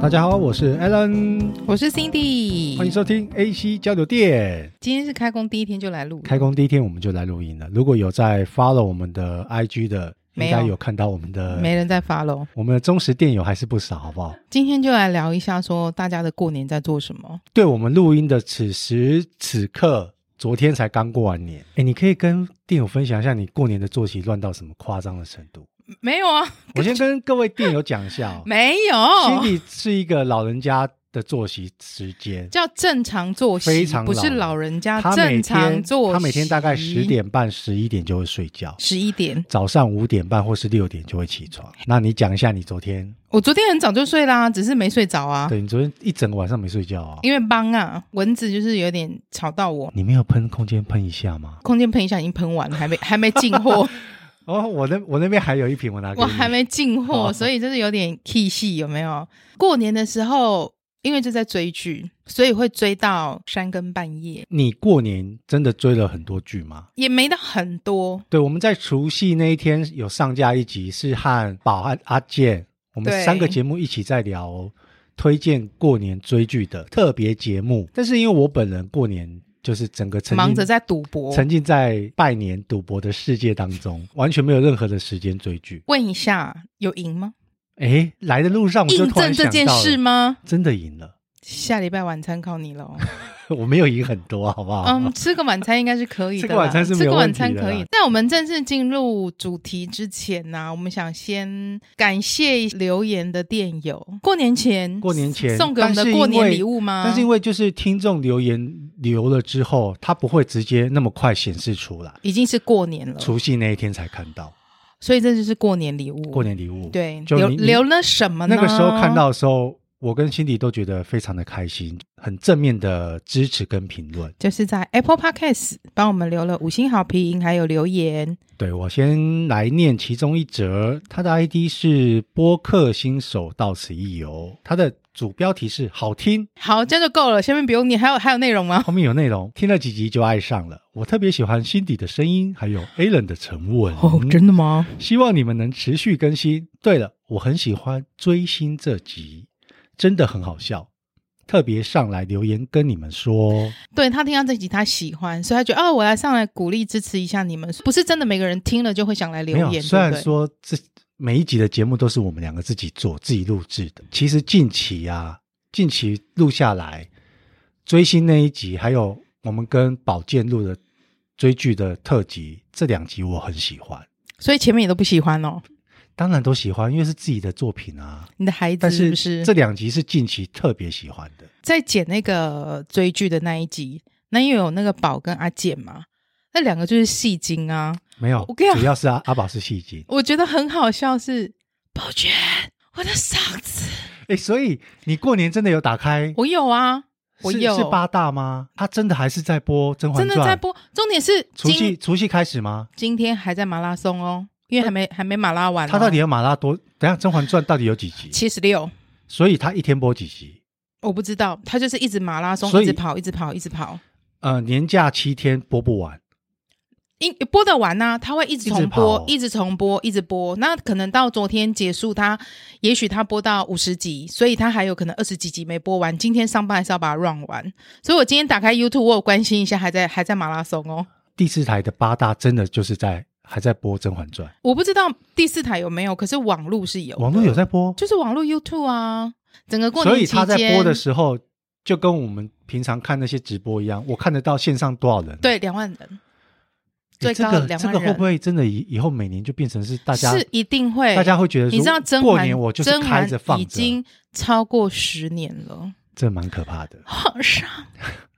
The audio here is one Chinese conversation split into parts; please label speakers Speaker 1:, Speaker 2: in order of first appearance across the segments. Speaker 1: 大家好，我是 Alan，
Speaker 2: 我是 Cindy，
Speaker 1: 欢迎收听 AC 交流店。
Speaker 2: 今天是开工第一天就来录，
Speaker 1: 开工第一天我们就来录音了。如果有在 follow 我们的 IG 的，应该
Speaker 2: 没有
Speaker 1: 有看到我们的，
Speaker 2: 没人在发喽。
Speaker 1: 我们的忠实店友还是不少，好不好？
Speaker 2: 今天就来聊一下，说大家的过年在做什么？
Speaker 1: 对我们录音的此时此刻，昨天才刚过完年。哎，你可以跟店友分享一下你过年的作息乱到什么夸张的程度？
Speaker 2: 没有啊，
Speaker 1: 我先跟各位店友讲一下、哦，
Speaker 2: 没
Speaker 1: 心
Speaker 2: 有，
Speaker 1: 里是一个老人家的作息时间。
Speaker 2: 叫正常作息，
Speaker 1: 非常老
Speaker 2: 不是老人家
Speaker 1: 他每
Speaker 2: 正
Speaker 1: 天
Speaker 2: 常作息。
Speaker 1: 他每天大概十、点半、十一点就会睡觉，
Speaker 2: 十一点。
Speaker 1: 早上五点半或是六点就会起床。那你讲一下你昨天，
Speaker 2: 我昨天很早就睡啦，只是没睡着啊，
Speaker 1: 对你昨天一整个晚上没睡觉哦？
Speaker 2: 因为帮啊蚊子就是有点吵到我。
Speaker 1: 你没有喷空间喷一下吗？
Speaker 2: 空间喷一下已经喷完了，还没还没进货，
Speaker 1: 哦，我那我那边还有一瓶，我拿给你。
Speaker 2: 我还没进
Speaker 1: 好
Speaker 2: 货，所以就是有点 K 戏，有没有？过年的时候，因为就在追剧，所以会追到三更半夜，
Speaker 1: 你过年真的追了很多剧吗？
Speaker 2: 也没到很多。
Speaker 1: 对，我们在除夕那一天有上架一集，是和宝和阿健，我们
Speaker 2: 对
Speaker 1: 三个节目一起在聊哦推荐过年追剧的特别节目。但是因为我本人过年就是整个沉浸
Speaker 2: 忙着在赌博。
Speaker 1: 沉浸在拜年赌博的世界当中，完全没有任何的时间追剧。
Speaker 2: 问一下，有赢吗？
Speaker 1: 诶，哎来的路上我就
Speaker 2: 印
Speaker 1: 突
Speaker 2: 证
Speaker 1: 然想
Speaker 2: 这
Speaker 1: 到
Speaker 2: 件事
Speaker 1: 了
Speaker 2: 吗？
Speaker 1: 真的赢了，
Speaker 2: 下礼拜晚餐靠你喽。
Speaker 1: 我没有赢很多，好不好？
Speaker 2: 嗯，吃个晚餐应该是可以
Speaker 1: 哦吃
Speaker 2: 的啦。
Speaker 1: 个晚餐是没
Speaker 2: 吃
Speaker 1: 有
Speaker 2: 个
Speaker 1: 问
Speaker 2: 晚
Speaker 1: 题的啦
Speaker 2: 餐可以。在我们正式进入主题之前呢、我们想先感谢留言的电友。过年前，
Speaker 1: 过年前
Speaker 2: 送给我们
Speaker 1: 但是
Speaker 2: 的
Speaker 1: 因
Speaker 2: 过年
Speaker 1: 为
Speaker 2: 礼物吗？
Speaker 1: 但是因为就是听众留言留了之后，它不会直接那么快显示出来，
Speaker 2: 已经是过年了，
Speaker 1: 除夕那一天才看到
Speaker 2: 所以这就是过年礼物。
Speaker 1: 过年礼物。，
Speaker 2: 对
Speaker 1: 就
Speaker 2: 留
Speaker 1: 你你
Speaker 2: 留了什么呢？
Speaker 1: 那个时候看到的时候，我跟辛迪都觉得非常的开心，很正面的支持跟评论。
Speaker 2: 就是在 Apple Podcast 帮我们留了五星好评，还有留言。
Speaker 1: 对，我先来念其中一则，他的 ID 是播客新手到此一游，他的主标题是好听，
Speaker 2: 好，这样就够了，下面不用你还有还有内容吗？
Speaker 1: 后面有内容，听了几集就爱上了。我特别喜欢辛迪的声音，还有 Alan 哦的沉稳。
Speaker 2: 哦的吗？
Speaker 1: 希望你们能持续更新。对了，我很喜欢追星这集，真的很好笑，特别上来留言跟你们说。
Speaker 2: 对他听到这集他喜欢，所以他觉得哦，我来上来鼓励支持一下你们。不是真的每个人听了就会想来留
Speaker 1: 没有，
Speaker 2: 言，
Speaker 1: 虽
Speaker 2: 对
Speaker 1: 然
Speaker 2: 不对？
Speaker 1: 说这每一集的节目都是我们两个自己做、自己录制的，其实近期啊，近期录下来，追星那一集，还有我们跟宝剑录的追剧的特辑，这两集我很喜欢，
Speaker 2: 所以前面也都不喜欢哦。
Speaker 1: 当然都喜欢，因为是自己的作品啊。
Speaker 2: 你的孩子
Speaker 1: 但
Speaker 2: 是
Speaker 1: 是
Speaker 2: 不是
Speaker 1: 这两集是近期特别喜欢的，
Speaker 2: 在剪那个追剧的那一集？那因为有那个宝跟阿健嘛，那两个就是戏精啊。
Speaker 1: 没有，
Speaker 2: 我跟你讲
Speaker 1: 主要是阿阿宝是戏精，
Speaker 2: 我觉得很好笑是宝娟，我的嗓子，
Speaker 1: 哎，所以你过年真的有打开？
Speaker 2: 我有啊，我
Speaker 1: 是
Speaker 2: 有
Speaker 1: 是八大吗？他真的还是在播《甄嬛
Speaker 2: 真
Speaker 1: 传
Speaker 2: 的》？在播。重点是
Speaker 1: 除夕
Speaker 2: 今
Speaker 1: 除夕开始吗？
Speaker 2: 今天还在马拉松哦，因为还没还没马拉完、哦。
Speaker 1: 他到底有马拉多？等一下《甄嬛传》到底有几集？
Speaker 2: 七十六？
Speaker 1: 所以他一天播几集？
Speaker 2: 我不知道，他就是一直马拉松，
Speaker 1: 所以
Speaker 2: 一直跑，一直跑，一直跑。
Speaker 1: 呃，年假七天播不完，
Speaker 2: 因播得完呐、他会一直重
Speaker 1: 一直跑
Speaker 2: 播，一直重播，一直播。那可能到昨天结束他，也许他播到五十集，所以他还有可能二十几集没播完。今天上班还是要把它 run 完，所以我今天打开 YouTube，我有关心一下，还在还在马拉松哦。
Speaker 1: 第四台的八大真的就是在还在播《甄嬛传
Speaker 2: 我不知道第四台有没有，可是网络是有》，的，
Speaker 1: 网络有在播，
Speaker 2: 就是网络 YouTube 啊。整个过
Speaker 1: 所
Speaker 2: 年期
Speaker 1: 以
Speaker 2: 间，
Speaker 1: 他在播的时候就跟我们平常看那些直播一样，我看得到线上多少人。
Speaker 2: 对两万人，
Speaker 1: 诶，
Speaker 2: 最
Speaker 1: 这
Speaker 2: 高
Speaker 1: 个
Speaker 2: 两
Speaker 1: 这
Speaker 2: 万
Speaker 1: 个
Speaker 2: 人
Speaker 1: 会不会真的以以后每年就变成是大家
Speaker 2: 是一定会。
Speaker 1: 大家会觉得说，
Speaker 2: 你知道甄
Speaker 1: 过
Speaker 2: 嬛
Speaker 1: 年我就是
Speaker 2: 甄
Speaker 1: 开
Speaker 2: 嬛
Speaker 1: 着放
Speaker 2: 已
Speaker 1: 着，
Speaker 2: 经超过十年了，
Speaker 1: 这蛮可怕的。
Speaker 2: 好傻。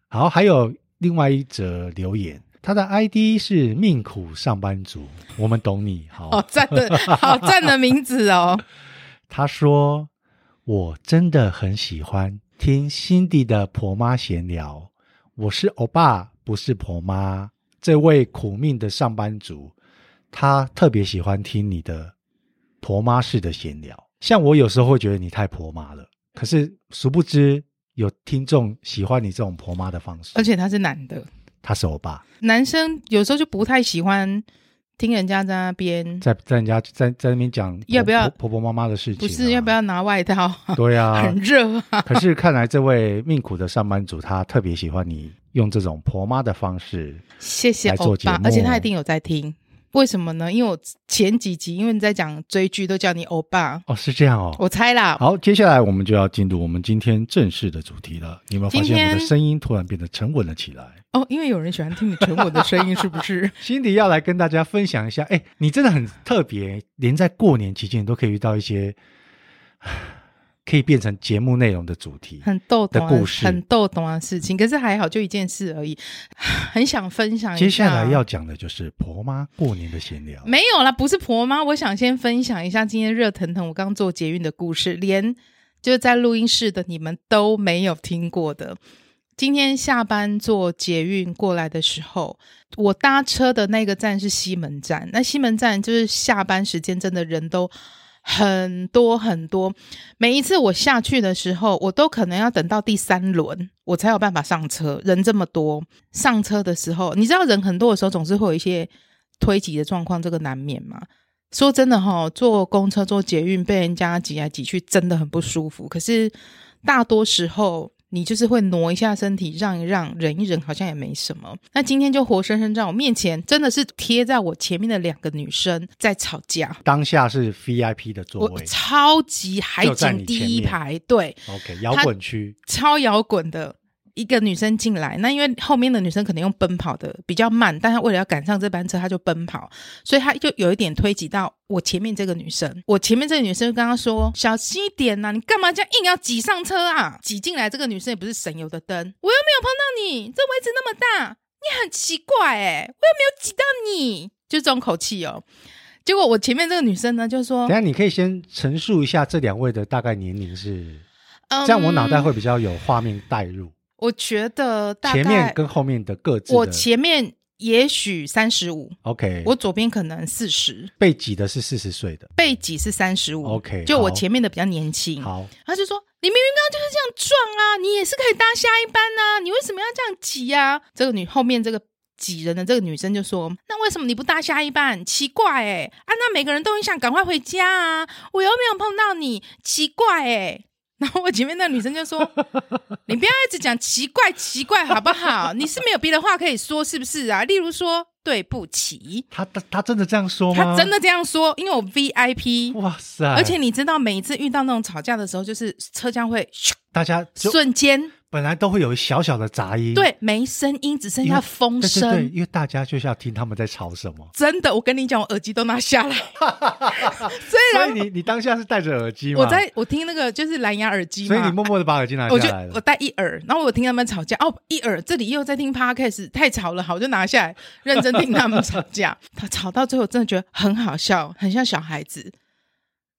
Speaker 1: 好，还有另外一则留言，他的 ID 是命苦上班族，我们懂你。好，
Speaker 2: 好赞 的好赞的名字哦！
Speaker 1: 他说我真的很喜欢听辛迪的婆妈闲聊，我是欧巴，不是婆妈。这位苦命的上班族，他特别喜欢听你的婆妈式的闲聊。像我有时候会觉得你太婆妈了，可是殊不知有听众喜欢你这种婆妈的方式
Speaker 2: 而。且他是男的，
Speaker 1: 他是欧巴，
Speaker 2: 男生有时候就不太喜欢听人家在那边，
Speaker 1: 在在人家在在那边讲
Speaker 2: 要不要
Speaker 1: 婆婆婆妈妈的事情、
Speaker 2: 不是要不
Speaker 1: 要？
Speaker 2: 要拿外套？
Speaker 1: 对啊
Speaker 2: 很，热 啊！
Speaker 1: 可是看来这位命苦的上班族，他特别喜欢你用这种婆妈的方式。
Speaker 2: 谢谢
Speaker 1: 来做
Speaker 2: 欧
Speaker 1: 节
Speaker 2: 巴
Speaker 1: 目，
Speaker 2: 而且他一定有在听。为什么呢？因为我前几集因为你在讲追剧，都叫你欧巴，
Speaker 1: 哦，是这样哦。
Speaker 2: 我猜啦。
Speaker 1: 好，接下来我们就要进入我们今天正式的主题了。你有没有发
Speaker 2: 今
Speaker 1: 现我们的
Speaker 2: 天
Speaker 1: 声音突然变得沉稳了起 来？
Speaker 2: 哦，因为有人喜欢听你全我的声音，是 不是？
Speaker 1: 辛迪要来跟大家分享一下，哎，你真的很特别，连在过年期间你都可以遇到一些 唉可以变成节目内容的主题。
Speaker 2: 很逗懂啊
Speaker 1: 的故事
Speaker 2: 很逗懂啊事情。可是还好，就一件事而已， 很想分享一啊
Speaker 1: 接下来要讲的就是婆妈过年的闲聊。
Speaker 2: 没有啦，不是婆妈，我想先分享一下今天热腾腾我刚做捷运的故事，连就是在录音室的你们都没有听过的。今天下班坐捷运过来的时候，我搭车的那个站是西门站。那西门站就是下班时间，真的人都很多很多。每一次我下去的时候，我都可能要等到第三轮，我才有办法上车。人这么多，上车的时候，你知道人很多的时候，总是会有一些推挤的状况，这个难免嘛。说真的哈、坐公车、坐捷运被人家挤来挤去，真的很不舒服。可是大多时候，你就是会挪一下身体，让一让，忍一忍，好像也没什么。那今天就活生生在我面前，真的是贴在我前面的两个女生在吵架。
Speaker 1: 当下是 VIP 的座
Speaker 2: 我
Speaker 1: 位
Speaker 2: 超级海
Speaker 1: 就在你
Speaker 2: 景第一
Speaker 1: 前面
Speaker 2: 排，对，
Speaker 1: ，OK，摇滚区，
Speaker 2: 超摇滚的一个女生进来，那因为后面的女生可能用奔跑的比较慢，但她为了要赶上这班车，她就奔跑，所以她就有一点推挤到我前面这个女生。我前面这个女生就跟她说：“小心一点呐、你干嘛这样硬要挤上车啊？”挤进来这个女生也不是省油的灯，我又没有碰到你，这位置那么大，你很奇怪哎、我又没有挤到你，就这种口气哦。结果我前面这个女生呢，就说
Speaker 1: 等一下你可以先陈述一下这两位的大概年龄是，：“
Speaker 2: 嗯
Speaker 1: 这样我脑袋会比较有画面带入。
Speaker 2: 我觉得大概
Speaker 1: 前面跟后面的各自的，哎
Speaker 2: 我前面也许三十五，
Speaker 1: OK，
Speaker 2: 我左边可能四十，
Speaker 1: 被挤的是四十岁的，
Speaker 2: 背脊是三十五。
Speaker 1: OK，
Speaker 2: 就我
Speaker 1: 好
Speaker 2: 前面的比较年轻。
Speaker 1: 好，
Speaker 2: 他就说：“你明明刚刚就是这样撞啊，你也是可以搭下一班啊，你为什么要这样挤啊？”这个女后面这个挤人的这个女生就说：“那为什么你不搭下一班？奇怪哎、啊，那每个人都很想赶快回家啊，我又没有碰到你，奇怪哎、 然后我前面那女生就 说：“你不要一直讲奇怪奇怪好不好？你是没有别的话可以说是不是啊？例如说对不起，
Speaker 1: 他他他真的这样说吗？
Speaker 2: 她真的这样说，因为我 VIP。”
Speaker 1: 哇塞！
Speaker 2: 而且你知道，每一次遇到那种吵架的时候，就是车厢会咻
Speaker 1: 大家就
Speaker 2: 瞬间
Speaker 1: 本来都会有小小的杂音，
Speaker 2: 对没声音，只剩
Speaker 1: 因为
Speaker 2: 下风
Speaker 1: 对
Speaker 2: 声。
Speaker 1: 对对，因为大家就是要听他们在吵什么。
Speaker 2: 真的，我跟你讲，我耳机都拿下来。虽
Speaker 1: 所
Speaker 2: 然
Speaker 1: 以你你当下是戴着耳机嘛？
Speaker 2: 我在我听那个就是蓝牙耳机
Speaker 1: 所以你
Speaker 2: 嘛，
Speaker 1: 默默的把耳机拿
Speaker 2: 我就
Speaker 1: 下来
Speaker 2: 我
Speaker 1: 了。
Speaker 2: 戴一耳，然后我听他们吵架，哦，一耳这里又在听 podcast，太吵了，好，我就拿下来认真听他们吵架。 他吵到最后，真的觉得很好笑，很像小孩子。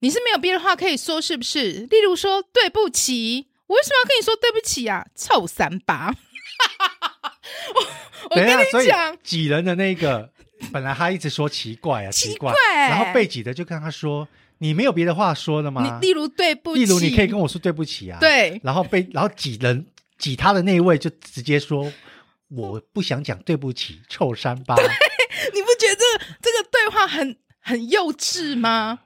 Speaker 2: 你是没有别的话可以说，是不是？例如说对不起，我为什么要跟你说对不起啊？臭三八！ 我我
Speaker 1: 等
Speaker 2: 跟
Speaker 1: 一下，所
Speaker 2: 你
Speaker 1: 以
Speaker 2: 讲，
Speaker 1: 挤人的那个， 本来他一直说奇怪啊，
Speaker 2: 奇
Speaker 1: 奇怪，
Speaker 2: 怪
Speaker 1: 然后被挤的就跟他说：“你没有别的话说的
Speaker 2: 你
Speaker 1: 吗？”
Speaker 2: 例如对不起，
Speaker 1: 例如，你可以跟我说对不起啊。。
Speaker 2: 对
Speaker 1: 然后被然后挤人挤他的那一位就直接说：“我不想讲对不起，臭三八。”
Speaker 2: 你不觉得这个这个对话很很幼稚吗？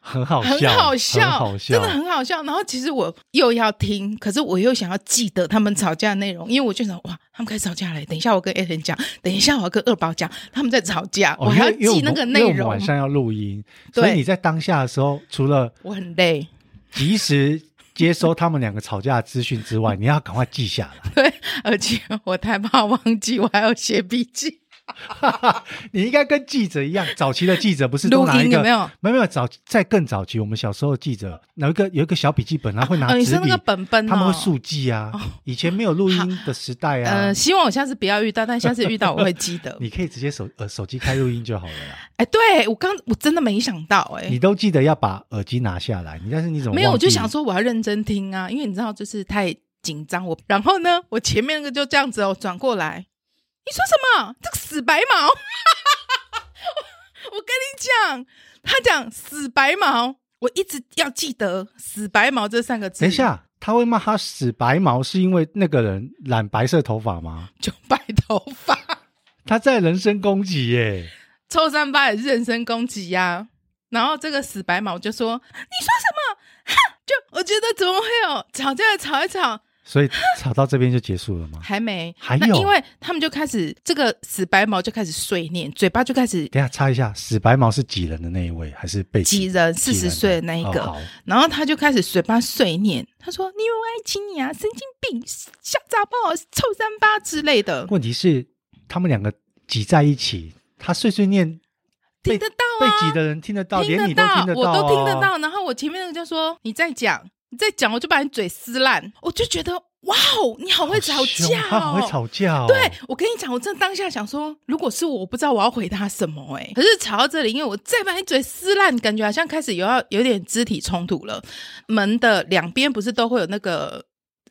Speaker 1: 很好笑，
Speaker 2: 很好笑，
Speaker 1: 很好笑，
Speaker 2: 真的很好笑。然后其实我又要听，可是我又想要记得他们吵架的内容，因为我就想哇，他们开始吵架了。等一下我跟 a l n 讲，等一下我要跟二宝讲，他们在吵架，
Speaker 1: 哦
Speaker 2: 我还要
Speaker 1: 因为因为
Speaker 2: 记那
Speaker 1: 们
Speaker 2: 个
Speaker 1: 因为
Speaker 2: 内
Speaker 1: 我们
Speaker 2: 容
Speaker 1: 晚，上要录音，所以
Speaker 2: 对
Speaker 1: 你在当下的时候，除了
Speaker 2: 我很累。
Speaker 1: 及时接收他们两个吵架的资讯 之外，你要赶快记下来。
Speaker 2: 对，而且我太怕忘记，我还要写笔记。
Speaker 1: 你应该跟记者一样，早期的记者不 是都拿一
Speaker 2: 录音
Speaker 1: 个
Speaker 2: 有没有？
Speaker 1: 没有没有早在更早期，我们小时候的记者有一个有一个小笔记本，然后会拿
Speaker 2: 哦你
Speaker 1: 纸
Speaker 2: 说那
Speaker 1: 笔，
Speaker 2: 个本本哦
Speaker 1: 他们会速记啊。以前没有录音的时代啊。
Speaker 2: 呃，，希望我下次不要遇到，但下次遇到我会记得
Speaker 1: 你可以直接手呃手机开录音就好了 啦。
Speaker 2: 哎，对我刚我真的没想到、哎，
Speaker 1: 你都记得要把耳机拿下来，你但是你怎么
Speaker 2: 没有，我
Speaker 1: 忘
Speaker 2: 就
Speaker 1: 记
Speaker 2: 想说我要认真听啊，因为你知道，就是太紧张我。然后呢，我前面那个就这样子哦，转过来，你说什么？这个死白毛！ 我跟你讲，他讲死白毛，我一直要记得死白毛这三个字。
Speaker 1: 等一，下，他会骂他死白毛，是因为那个人染白色头发吗？
Speaker 2: 就白头发。
Speaker 1: 他在人身攻击耶！
Speaker 2: 臭三八也是人身攻击呀、然后这个死白毛就说：“你说什么？哼！就我觉得怎么会有吵架吵一吵，
Speaker 1: 所以吵到这边就结束了吗？
Speaker 2: 还没，
Speaker 1: 还有
Speaker 2: 那因为他们就开始这个死白毛就开始碎念，嘴巴就开始
Speaker 1: 等一下插一下，死白毛是几人的那一位，还是被
Speaker 2: 挤人，四十岁的那一个，
Speaker 1: 哦好，
Speaker 2: 然后他就开始嘴巴碎念，他说：“你以为我爱情你啊，神经病，小杂包，臭三八之类的，
Speaker 1: 问题是他们两个挤在一起，他碎碎念，被
Speaker 2: 听得到
Speaker 1: 被
Speaker 2: 啊，
Speaker 1: 挤的人听得到，连你
Speaker 2: 得
Speaker 1: 都听得到、啊
Speaker 2: 我都听得。到。”然后我前面那个就说：“你再讲，你再讲，我就把你嘴撕烂。”我就觉得哇哦，你好会吵
Speaker 1: 凶
Speaker 2: 架、哦，
Speaker 1: 他好会吵架、哦。
Speaker 2: 对，我跟你讲，我真的当下想说，如果是我，我不知道我要回答什么哎、可是吵到这里，因为我再把你嘴撕烂，感觉好像开始有要有点肢体冲突了。门的两边不是都会有那个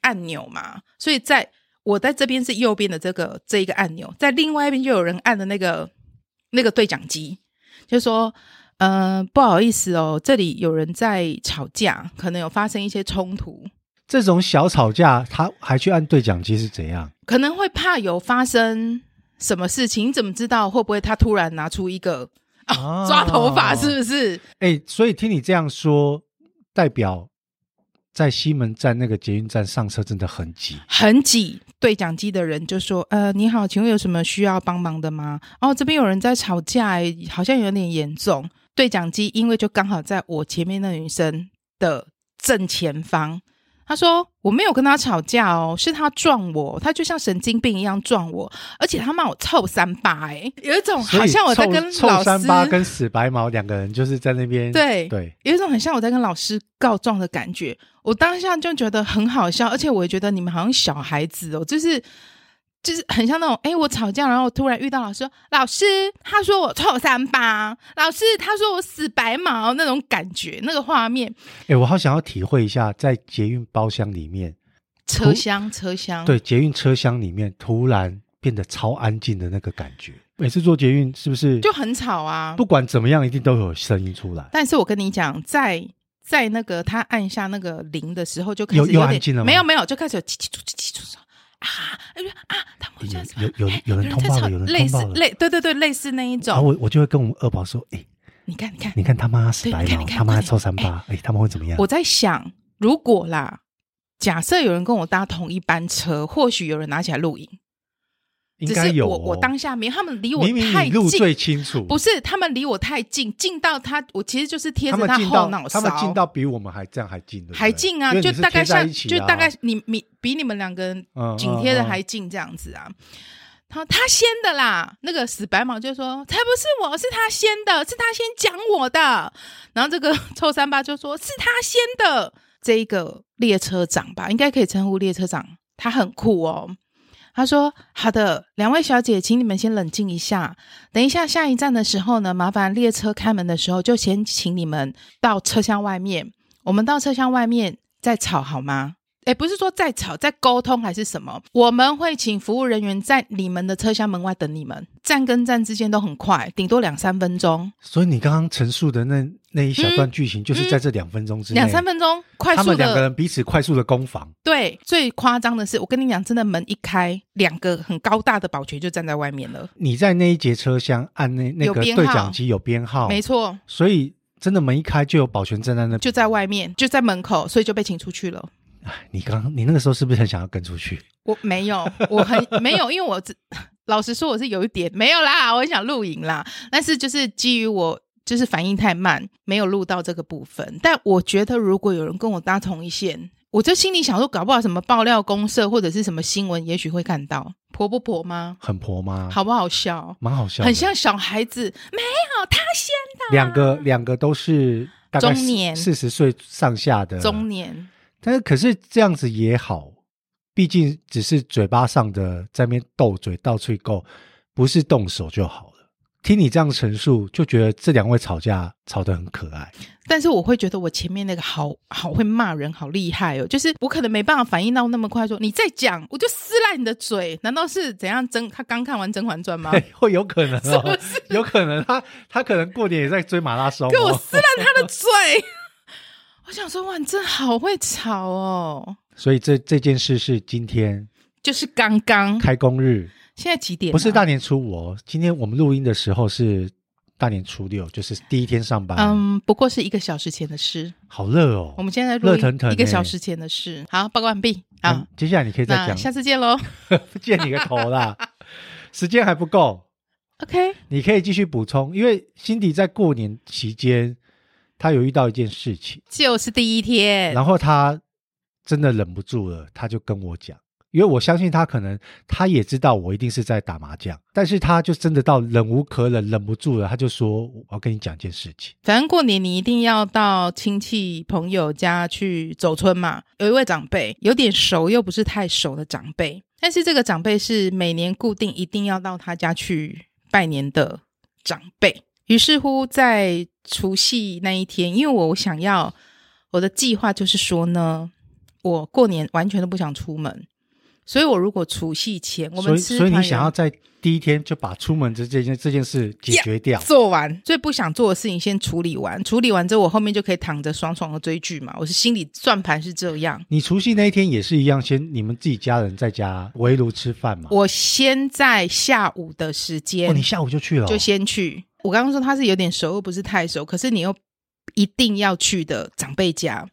Speaker 2: 按钮嘛？所以在我在这边是右边的这个这一个按钮，在另外一边就有人按的那个那个对讲机，就说。呃，不好意思哦，这里有人在吵架，可能有发生一些冲突。
Speaker 1: 这种小吵架，他还去按对讲机是怎样？
Speaker 2: 可能会怕有发生什么事情，你怎么知道会不会他突然拿出一个
Speaker 1: 啊
Speaker 2: 抓头发，是不是？
Speaker 1: 哎、所以听你这样说，代表在西门站那个捷运站上车真的很挤。
Speaker 2: 很挤，对讲机的人就说：“呃，你好，请问有什么需要帮忙的吗？哦，这边有人在吵架、欸，好像有点严重。”对讲机因为就刚好在我前面的女生的正前方，他说：“我没有跟他吵架哦，是他撞我，他就像神经病一样撞我，而且他骂我臭三八、欸，有一种
Speaker 1: 所以
Speaker 2: 好像我在跟
Speaker 1: 臭
Speaker 2: 老
Speaker 1: 臭
Speaker 2: 师
Speaker 1: 三八跟死白毛两个人就是在那边
Speaker 2: 对
Speaker 1: 对，
Speaker 2: 有一种很像我在跟老师告状的感觉。我当下就觉得很好笑，而且我也觉得你们好像小孩子哦，就是就是很像那种，哎，我吵架，然后我突然遇到老师说，老师他说我臭三八，老师他说我死白毛那种感觉，那个画面，
Speaker 1: 哎、我好想要体会一下在捷运包厢里面，
Speaker 2: 车厢车厢，
Speaker 1: 对捷运车厢里面突然变得超安静的那个感觉。每次坐捷运是不是
Speaker 2: 就很吵啊。
Speaker 1: 不管怎么样，一定都有声音出来？
Speaker 2: 但是我跟你讲，在在那个他按下那个铃的时候，就开始
Speaker 1: 有有
Speaker 2: 点
Speaker 1: 安静了吗
Speaker 2: 没有没有，就开始有叽叽叽叽叽叽啊，哎呀啊，他们好像是
Speaker 1: 有有有
Speaker 2: 哎
Speaker 1: 有人通报了
Speaker 2: 在吵
Speaker 1: 有人
Speaker 2: 类
Speaker 1: 通
Speaker 2: 似
Speaker 1: 报了
Speaker 2: 类对对对类似那一
Speaker 1: 然后
Speaker 2: 种，
Speaker 1: 我我就会跟我们二宝说：“哎、
Speaker 2: 你看你看
Speaker 1: 你，看他妈死白
Speaker 2: 对
Speaker 1: 毛，
Speaker 2: 你看你看
Speaker 1: 他妈
Speaker 2: 快点
Speaker 1: 臭三八，哎、他们会怎么样？”
Speaker 2: 我在想，如果啦，假设有人跟我搭同一班车，或许有人拿起来录影，
Speaker 1: 应
Speaker 2: 只
Speaker 1: 该
Speaker 2: 是
Speaker 1: 有、
Speaker 2: 我
Speaker 1: 哦
Speaker 2: 我当下没，他们离我
Speaker 1: 明明
Speaker 2: 太
Speaker 1: 你路最
Speaker 2: 近。
Speaker 1: 清楚，
Speaker 2: 不是，他们离我太近，近到他，我其实就是贴
Speaker 1: 他
Speaker 2: 着
Speaker 1: 们进
Speaker 2: 后
Speaker 1: 到
Speaker 2: 脑勺。
Speaker 1: 他们进到比我们还这样还近的，对不对
Speaker 2: 还近啊，
Speaker 1: 因为
Speaker 2: 就
Speaker 1: 你是
Speaker 2: 大概
Speaker 1: 贴在
Speaker 2: 像
Speaker 1: 一起
Speaker 2: 就
Speaker 1: 的啊
Speaker 2: 大概你你比你们两个人
Speaker 1: 嗯
Speaker 2: 紧贴的还近这样子啊。他他先的啦，那个死白毛就说才不是我，是他先的，是他先讲我的。然后这个 臭三八就说是他先的。这一个列车长吧，应该可以称呼列车长，他很酷哦。他说：“好的，两位小姐，请你们先冷静一下。等一下下一站的时候呢，麻烦列车开门的时候就先请你们到车厢外面，我们到车厢外面再吵好吗？诶，不是说再吵，在沟通还是什么？我们会请服务人员在你们的车厢门外等你们，站跟站之间都很快，顶多两三分钟，
Speaker 1: 所以你刚刚陈述的那那一小段剧情，就是在这两分钟之内，
Speaker 2: 嗯两三分钟，快
Speaker 1: 他
Speaker 2: 速
Speaker 1: 们两个
Speaker 2: 的。
Speaker 1: 人彼此快速的攻防，
Speaker 2: 对，最夸张的是，我跟你讲，真的门一开，两个很高大的保全就站在外面了，
Speaker 1: 你在那一节车厢按那那
Speaker 2: 有
Speaker 1: 个
Speaker 2: 编
Speaker 1: 对
Speaker 2: 号
Speaker 1: 讲机有编号，
Speaker 2: 没，错，
Speaker 1: 所以真的门一开就有保全站在那。
Speaker 2: 就在外面，就在门口，所以就被请出去了。
Speaker 1: 哎，你刚你那个时候是不是很想要跟出去？
Speaker 2: 我没有，我很没有，因为我只老实说我是有一点没有啦，我很想录影啦，但是就是基于我就是反应太慢，没有录到这个部分。但我觉得如果有人跟我搭同一线，我就心里想说，搞不好什么爆料公社或者是什么新闻，也许会看到婆不婆吗？
Speaker 1: 很婆吗？，
Speaker 2: 好不好笑？
Speaker 1: 蛮好啊笑的，
Speaker 2: 很像啊小孩子，没有他先
Speaker 1: 两个两个都是大概
Speaker 2: 中年
Speaker 1: 四十岁上下的
Speaker 2: 中年，
Speaker 1: 但是可是这样子也好，毕竟只是嘴巴上的在那边斗嘴到处够，不是动手就好了。听你这样陈述，就觉得这两位吵架吵得很可爱。
Speaker 2: 但是我会觉得我前面那个好好会骂人，好厉害哦！就是我可能没办法反应到那么快说你再讲，我就撕烂你的嘴。难道是怎样甄？他刚看完《甄嬛传》吗？
Speaker 1: 会有可能
Speaker 2: 是不
Speaker 1: 哦， 有可能他他可能过年也在追马拉松、
Speaker 2: 给我
Speaker 1: 哦，
Speaker 2: 撕烂他的嘴！ 我想说，哇，你真好会吵哦！
Speaker 1: 所以这这件事是今天
Speaker 2: 就是刚刚，
Speaker 1: 开工日，
Speaker 2: 嗯现在几点、啊
Speaker 1: 不是大，年初五哦。今天我们录音的时候是大年初六，就是第一天上班，
Speaker 2: 嗯，不过是一个小时前的事。
Speaker 1: 好热哦。
Speaker 2: 我们现在录
Speaker 1: 热腾腾
Speaker 2: 音一个
Speaker 1: 欸
Speaker 2: 小时前的事。好，报告完毕。好，
Speaker 1: 嗯接下来你可以再
Speaker 2: 啊那
Speaker 1: 讲，
Speaker 2: 下次见喽。
Speaker 1: 见你个头 啦，时间还不够。
Speaker 2: OK，
Speaker 1: 你可以继续补充，因为辛迪在过年期间，他有遇到一件事情，
Speaker 2: 就是第一天。
Speaker 1: 然后他真的忍不住了，他就跟我讲，因为我相信他可能他也知道我一定是在打麻将，但是他就真的到忍无可忍，忍不住了，他就说我要跟你讲一件事情。
Speaker 2: 反正过年你一定要到亲戚朋友家去走村嘛。有一位长辈，有点熟又不是太熟的长辈，但是这个长辈是每年固定一定要到他家去拜年的长辈。于是乎，在除夕那一天，因为我想要我的计划就是说呢，我过年完全都不想出门，所以我如果除夕前我
Speaker 1: 所
Speaker 2: 们
Speaker 1: 以，
Speaker 2: 吃
Speaker 1: 所以你
Speaker 2: 团圆
Speaker 1: 想要在第一天就把出门这这件这件事解决掉
Speaker 2: 做完最不想做的事情先处理完，处理完之后我后面就可以躺着爽爽的追剧嘛。我是心里算盘是这样，
Speaker 1: 你除夕那一天也是一样，先你们自己家人在家围炉吃饭嘛。
Speaker 2: 我先在下午的时
Speaker 1: 哦，
Speaker 2: 间
Speaker 1: 你下午就去了哦、
Speaker 2: 就先去。我刚刚说他是有点熟又不是太熟，可是你又一定要去的长辈家。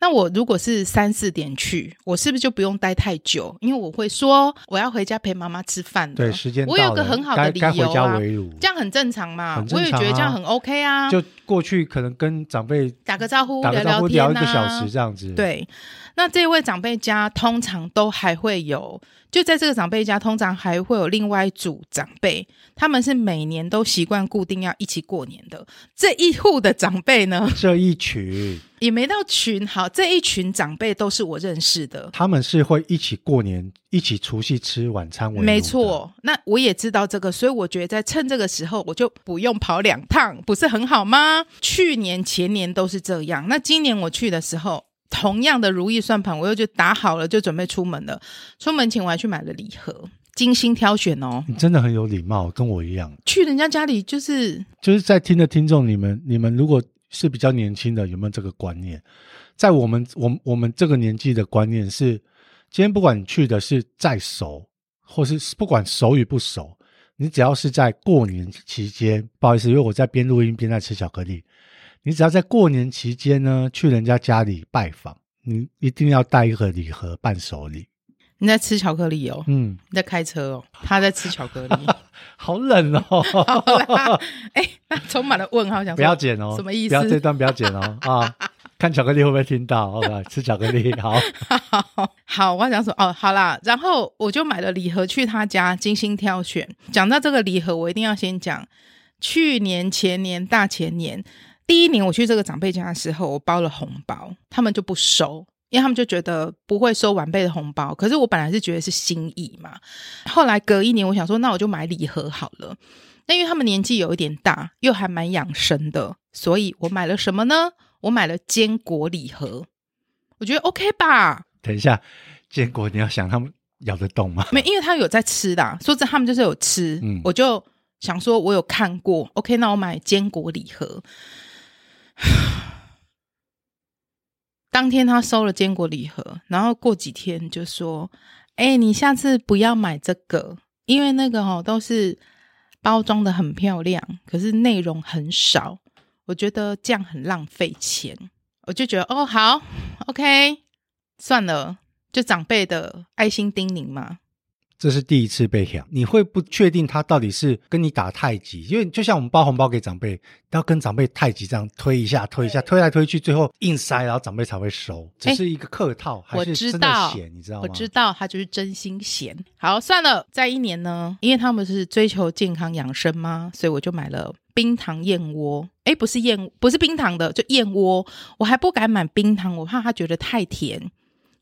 Speaker 2: 那我如果是三四点去，我是不是就不用待太久？因为我会说我要回家陪妈妈吃饭了。
Speaker 1: 对，时间到
Speaker 2: 我
Speaker 1: 了
Speaker 2: 有个很好的
Speaker 1: 该
Speaker 2: 理
Speaker 1: 该回
Speaker 2: 由
Speaker 1: 家
Speaker 2: 啊，
Speaker 1: 围炉，
Speaker 2: 这样很正常嘛。
Speaker 1: 很正
Speaker 2: 我也觉得
Speaker 1: 常
Speaker 2: 这
Speaker 1: 啊
Speaker 2: 样很 OK 啊，
Speaker 1: 就过去可能跟长辈
Speaker 2: 打个招呼，
Speaker 1: 打个招呼
Speaker 2: 聊
Speaker 1: 一
Speaker 2: 天啊
Speaker 1: 个小时这样子。，
Speaker 2: 对，那这位长辈家通常都还会有，就在这个长辈家，通常还会有另外一组长辈，他们是每年都习惯固定要一起过年的。这一户的长辈呢，
Speaker 1: 这一群
Speaker 2: 也没到群，好，这一群长辈都是我认识的。
Speaker 1: 他们是会一起过年，一起除夕吃晚餐围炉的
Speaker 2: 没，错，那我也知道这个，所以我觉得在趁这个时候，我就不用跑两趟，不是很好吗？去年、前年都是这样，那今年我去的时候，同样的如意算盘，我又就打好了，就准备出门了。出门前我还去买了礼盒，精心挑选哦。
Speaker 1: 你真的很有礼貌，跟我一样。
Speaker 2: 去人家家里就是
Speaker 1: 就是在听的听众，你们你们如果是比较年轻的，有没有这个观念？在我们我们我们这个年纪的观念是，今天不管你去的是再熟，或是不管熟与不熟，你只要是在过年期间，不好意思，因为我在边录音边在吃巧克力，你只要在过年期间呢去人家家里拜访，你一定要带一个礼盒伴手礼。
Speaker 2: 你在吃巧克力哦，
Speaker 1: 嗯，
Speaker 2: 你在开车哦，他在吃 巧克力。
Speaker 1: 好冷哦，
Speaker 2: 好啦，哎、那充满了问号，想说
Speaker 1: 不要剪哦，
Speaker 2: 什么意
Speaker 1: 不
Speaker 2: 思
Speaker 1: 要这段不要剪 哦啊！看巧克力会不会听到？好吧，吃巧克力好。
Speaker 2: 好 好，我想说哦，好啦，然后我就买了礼盒去他家精心挑选。讲到这个礼盒，我一定要先讲，去年、前年、大前年，第一年我去这个长辈家的时候，我包了红包，他们就不收。因为他们就觉得不会收晚辈的红包，可是我本来是觉得是心意嘛。后来隔一年，我想说，那我就买礼盒好了。那因为他们年纪有一点大，又还蛮养生的，所以我买了什么呢？我买了坚果礼盒，我觉得 OK 吧。
Speaker 1: 等一下，坚果你要想他们咬得动吗？
Speaker 2: 没，因为他有在吃的啊、说真，他们就是有吃，
Speaker 1: 嗯
Speaker 2: 我就想说，我有看过，OK，那我买坚果礼盒。 当天他收了坚果礼盒，然后过几天就说：“哎、你下次不要买这个，因为那个哦都是包装的很漂亮，可是内容很少，我觉得这样很浪费钱。”我就觉得哦，好，OK，算了，就长辈的爱心叮咛嘛，
Speaker 1: 这是第一次被咬，你会不确定他到底是跟你打太极，因为就像我们包红包给长辈，要跟长辈太极这样推一下、推一下、推来推去，最后硬塞，然后长辈才会收，只是一个客套，还
Speaker 2: 我
Speaker 1: 是
Speaker 2: 知
Speaker 1: 真
Speaker 2: 道
Speaker 1: 的险，你知道吗？
Speaker 2: 我知道他就是真心闲。好，算了，在一年呢，因为他们是追求健康养生嘛，所以我就买了冰糖燕窝。诶，不是燕，不是冰糖的，就燕窝。我还不敢买冰糖，我怕他觉得太甜，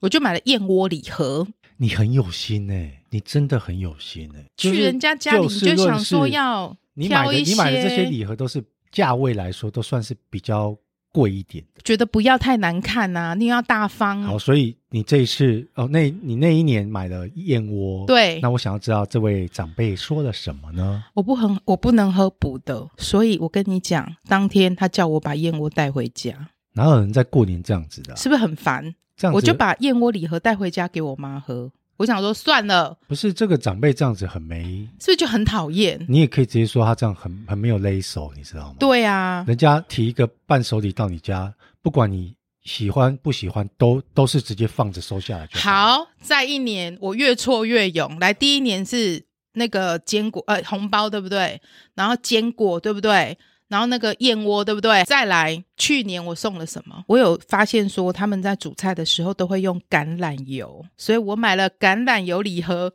Speaker 2: 我就买了燕窝礼盒。
Speaker 1: 你很有心哎、你真的很有心哎、就是
Speaker 2: 去人家家里，
Speaker 1: 就
Speaker 2: 你
Speaker 1: 事
Speaker 2: 就
Speaker 1: 论
Speaker 2: 想说
Speaker 1: 事
Speaker 2: 要
Speaker 1: 你买
Speaker 2: 挑
Speaker 1: 的
Speaker 2: 一
Speaker 1: 你买的这些
Speaker 2: 些
Speaker 1: 礼盒都是价位来说都算是比较贵一点的，
Speaker 2: 觉得不要太难看呐、你要大
Speaker 1: 好，
Speaker 2: 方。
Speaker 1: 所以你这一次哦，那你那一年买了燕窝，，
Speaker 2: 对，
Speaker 1: 那我想要知道这位长辈说了什么呢？
Speaker 2: 我不很，我不能喝补的，所以我跟你讲，当天他叫我把燕窝带回家，
Speaker 1: 哪有人在过年这样子的啊、
Speaker 2: 是不是很烦？
Speaker 1: 这样子
Speaker 2: 我就把燕窝礼盒带回家给我妈喝。我想说算了，
Speaker 1: 不是这个长辈这样子很没，
Speaker 2: 是不是就很讨厌？
Speaker 1: 你也可以直接说他这样很很没有勒手，你知道吗？，
Speaker 2: 对啊，
Speaker 1: 人家提一个伴手礼到你家，不管你喜欢不喜欢，都都是直接放着收下来就好。
Speaker 2: 好，在一年我越挫越勇。来，第一年是那个坚果呃红包对不对？然后坚果对不对？然后那个燕窝对不对？再来，去年我送了什么？我有发现说他们在煮菜的时候都会用橄榄油，所以我买了橄榄油礼盒，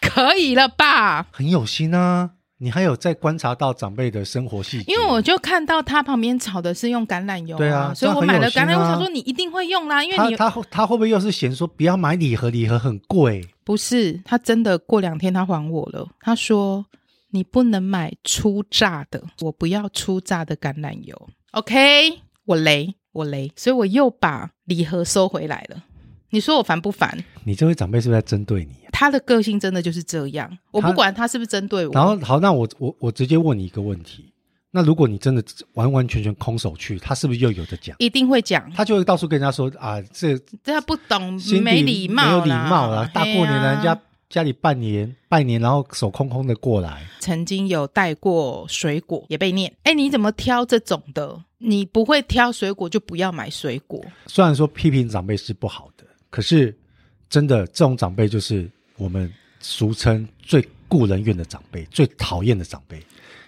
Speaker 2: 可以了吧？
Speaker 1: 很有心啊，你还有在观察到长辈的生活细节，
Speaker 2: 因为我就看到他旁边炒的是用橄榄油、
Speaker 1: 对啊
Speaker 2: 所以我
Speaker 1: 这样
Speaker 2: 买
Speaker 1: 很有
Speaker 2: 了橄榄
Speaker 1: 心
Speaker 2: 油，
Speaker 1: 啊
Speaker 2: 我想说你一定会用啦，因为
Speaker 1: 他
Speaker 2: 你
Speaker 1: 他会他会不会又是嫌说不要买礼盒，礼盒很贵？
Speaker 2: 不是，他真的过两天他还我了。他说你不能买初榨的，我不要初榨的橄榄油。OK，我雷，我雷，所以我又把礼盒收回来了。你说我烦不烦？
Speaker 1: 你这位长辈是不是在针对你啊、
Speaker 2: 他的个性真的就是这样，我
Speaker 1: 他
Speaker 2: 不管他是不是针对我。
Speaker 1: 然后好，那我我我直接问你一个问题，那如果你真的完完全全空手去，他是不是又有的讲？
Speaker 2: 一定会讲，
Speaker 1: 他就会到处跟人家说啊，这
Speaker 2: 他不懂
Speaker 1: 心，
Speaker 2: 没
Speaker 1: 底
Speaker 2: 礼貌啦，
Speaker 1: 没有礼貌啦，大过年
Speaker 2: 嘿啊
Speaker 1: 的人家家里拜年拜年，然后手空空的过来，
Speaker 2: 曾经有带过水果，也被念，哎，你怎么挑这种的？你不会挑水果就不要买水果。
Speaker 1: 虽然说批评长辈是不好的，可是真的这种长辈就是我们俗称最顾人怨的长辈，最讨厌的长辈。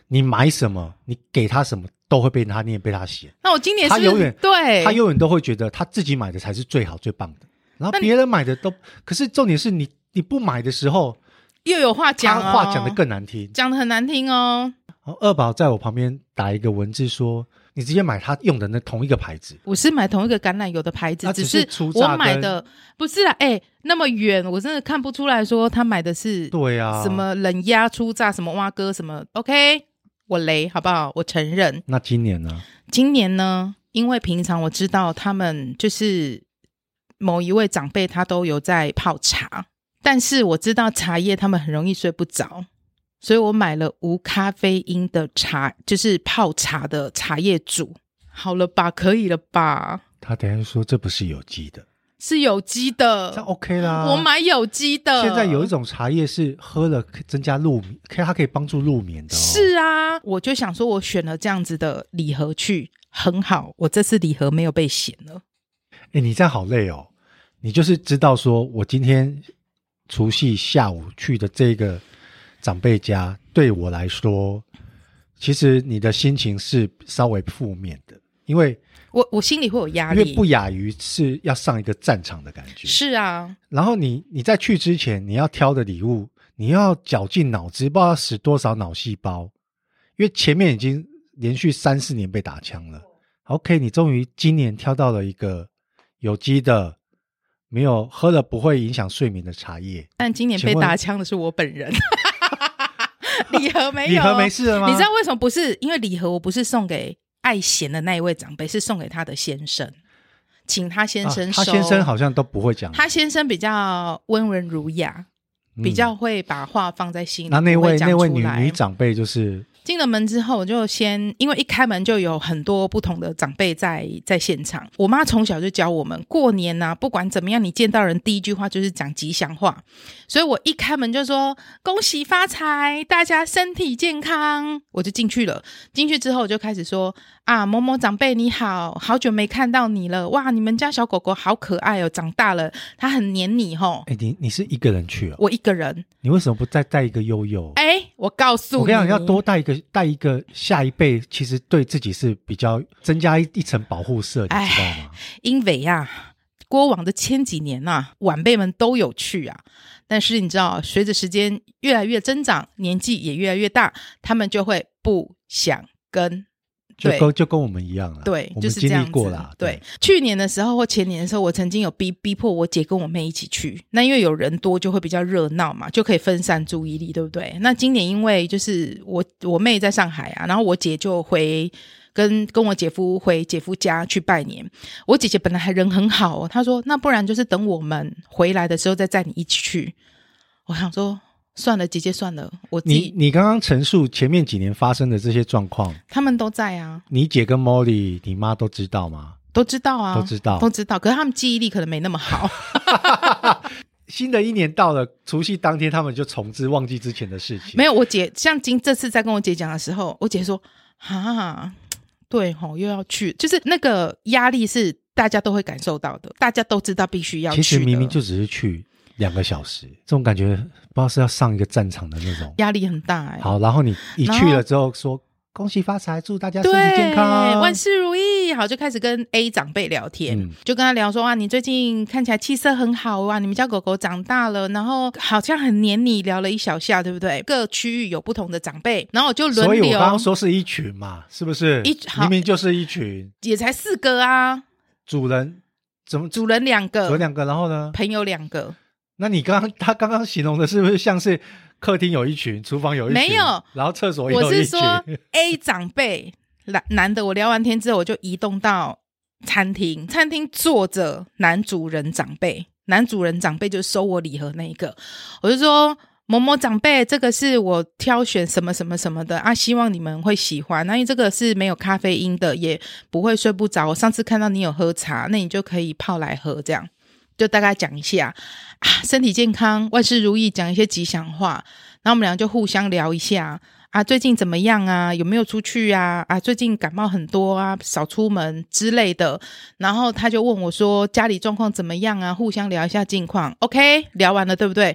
Speaker 1: 你买什么，你给他什么，都会被他念，被他嫌。
Speaker 2: 那我今年是不
Speaker 1: 他永
Speaker 2: 是
Speaker 1: 远
Speaker 2: 对，
Speaker 1: 他永远都会觉得他自己买的才是最好最棒的，然后别人买的都，可是重点是你你不买的时候，
Speaker 2: 又有话讲、
Speaker 1: 他
Speaker 2: 哦，
Speaker 1: 话讲的更难听。
Speaker 2: 讲的很难听哦。
Speaker 1: 然后二宝在我旁边打一个文字说：“你直接买他用的那同一个牌子，
Speaker 2: 我是买同一个橄榄油的牌子，
Speaker 1: 那
Speaker 2: 只
Speaker 1: 只
Speaker 2: 是
Speaker 1: 是初
Speaker 2: 我
Speaker 1: 榨
Speaker 2: 买
Speaker 1: 跟
Speaker 2: 的不是啦，哎、那么远，我真的看不出来说他买的是
Speaker 1: 对啊，
Speaker 2: 什？么冷压初榨，什么蛙哥，什么 OK，我雷好不好？我承认，
Speaker 1: 那今年呢？
Speaker 2: 今年呢，因为平常我知道他们就是某一位长辈，他都有在泡茶，但是我知道茶叶他们很容易睡不着，所以我买了无咖啡因的茶，就是泡茶的茶叶煮。好了吧，可以了吧？
Speaker 1: 他等一下就说这不是有机的，
Speaker 2: 是有机
Speaker 1: 这样
Speaker 2: 的，
Speaker 1: OK 啦。
Speaker 2: 呃我。买有机的。
Speaker 1: 现在有一种茶叶是喝了可以增加入眠，可以它可以帮助入眠的、哦。
Speaker 2: 是啊，我就想说，我选了这样子的礼盒去，很好，我这次礼盒没有被嫌了。
Speaker 1: 哎，你这样好累哦。你就是知道说，我今天除夕下午去的这个长辈家，对我来说，其实你的心情是稍微负面的，因为
Speaker 2: 我我心里会有压
Speaker 1: 因为
Speaker 2: 力
Speaker 1: 不，亚于是要上一个战场的感觉。
Speaker 2: 是啊，
Speaker 1: 然后你你在去之前，你要挑的礼物，你要绞尽脑汁，不知道要使多少脑细胞，因为前面已经连续三四年被打枪了。OK，你终于今年挑到了一个有机的，没有喝了不会影响睡眠的茶叶，
Speaker 2: 但今年被
Speaker 1: 请问
Speaker 2: 打枪的是我本人。 礼盒没有，哦
Speaker 1: 礼盒没事了吗？啊
Speaker 2: 你知道为什么不是？因为礼盒我不是送给爱贤的那一位长辈，是送给他的先生，请他先生
Speaker 1: 啊
Speaker 2: 收。
Speaker 1: 他先生，好像都不会讲，
Speaker 2: 他先生比较温文儒雅，
Speaker 1: 嗯
Speaker 2: 比较会把话放在心里。
Speaker 1: 那那
Speaker 2: 不会
Speaker 1: 位
Speaker 2: 讲
Speaker 1: 那位
Speaker 2: 出
Speaker 1: 女
Speaker 2: 来
Speaker 1: 女长辈就是
Speaker 2: 进了门之后，我就先因为一开门就有很多不同的长辈在在现场。我妈从小就教我们，过年呐、不管怎么样，你见到人第一句话就是讲吉祥话。所以我一开门就说“恭喜发财，大家身体健康”，我就进去了。进去之后，我就开始说：“啊，某某长辈你好，好久没看到你了，哇，你们家小狗狗好可爱哦，长大了，它很黏你吼。
Speaker 1: 哎，你你是一个人去哦，
Speaker 2: 我一个人，
Speaker 1: 你为什么不再带一个悠悠？
Speaker 2: 哎，我告诉你，
Speaker 1: 我跟你讲，要多带一个带一个下一辈，其实对自己是比较增加一一层保护色，你知道吗？
Speaker 2: 因为啊，过往的前几年呐、晚辈们都有去啊。但是你知道，随着时间越来越增长，年纪也越来越大，他们就会不想跟。
Speaker 1: 就
Speaker 2: 对
Speaker 1: 跟就跟我们一样啦，
Speaker 2: 对，
Speaker 1: 我
Speaker 2: 就
Speaker 1: 们
Speaker 2: 是这
Speaker 1: 经
Speaker 2: 样
Speaker 1: 历
Speaker 2: 子
Speaker 1: 过啦，
Speaker 2: 对，，去年的时候或前年的时候，我曾经有逼逼迫我姐跟我妹一起去，那因为有人多就会比较热闹嘛，就可以分散注意力，对不对？那今年因为就是我我妹在上海啊，然后我姐就回。跟跟我姐夫回姐夫家去拜年，我姐姐本来还人很好哦，她说那不然就是等我们回来的时候再载你一起去。我想说算了，姐姐算了，我自
Speaker 1: 你
Speaker 2: 己
Speaker 1: 你刚刚陈述前面几年发生的这些状况，
Speaker 2: 他们都在啊，
Speaker 1: 你姐跟 Molly 你妈都知道吗？
Speaker 2: 都知道啊，
Speaker 1: 都知道
Speaker 2: 都知道。可是他们记忆力可能没那么好，
Speaker 1: 新的一年到了，除夕当天他们就重置，忘记之前的事情。
Speaker 2: 没有，我姐像今这次在跟我姐讲的时候，我姐说：“哈，对吼，又要去，就是那个压力是大家都会感受到的，大家都知道必须要去
Speaker 1: 其
Speaker 2: 的。
Speaker 1: 实明明就只是去两个小时，这种感觉不知道是要上一个战场的那种。
Speaker 2: 压力很大哎、
Speaker 1: 好，然后你一
Speaker 2: 然
Speaker 1: 去
Speaker 2: 后
Speaker 1: 了之后说恭喜发财，祝大家身
Speaker 2: 对，
Speaker 1: 体健康，啊
Speaker 2: 万事如意。好，就开始跟 A 长辈聊天，
Speaker 1: 嗯
Speaker 2: 就跟他聊说哇，你最近看起来气色很好啊哇，你们家狗狗长大了，然后好像很黏你，聊了一小下，对不对？各区域有不同的长辈，然后我就轮
Speaker 1: 所以
Speaker 2: 流。
Speaker 1: 我刚刚说是一群嘛，是不是？
Speaker 2: 一好
Speaker 1: 明明就是一群
Speaker 2: 也才四个啊，
Speaker 1: 主人，怎么
Speaker 2: 主人两
Speaker 1: 有
Speaker 2: 个，
Speaker 1: 两个？然后呢？
Speaker 2: 朋友两个，
Speaker 1: 那你刚刚他刚刚形容的是不是像是客厅有一群，厨房有一群，
Speaker 2: 没有
Speaker 1: 然后厕所也
Speaker 2: 我
Speaker 1: 有
Speaker 2: 是
Speaker 1: 一群，
Speaker 2: 说 A 长辈男男的，我聊完天之后，我就移动到餐厅，餐厅坐着男主人长辈，男主人长辈就收我礼盒那一个，我就说。某某长辈，这个是我挑选什么什么什么的啊，希望你们会喜欢。那因为这个是没有咖啡因的，也不会睡不着。我上次看到你有喝茶，那你就可以泡来喝，这样就大概讲一下啊，身体健康，万事如意，讲一些吉祥话。然后我们俩就互相聊一下啊，最近怎么样啊？有没有出去啊？啊，最近感冒很多啊，少出门之类的。然后他就问我说家里状况怎么样啊？互相聊一下近况。OK，聊完了对不对？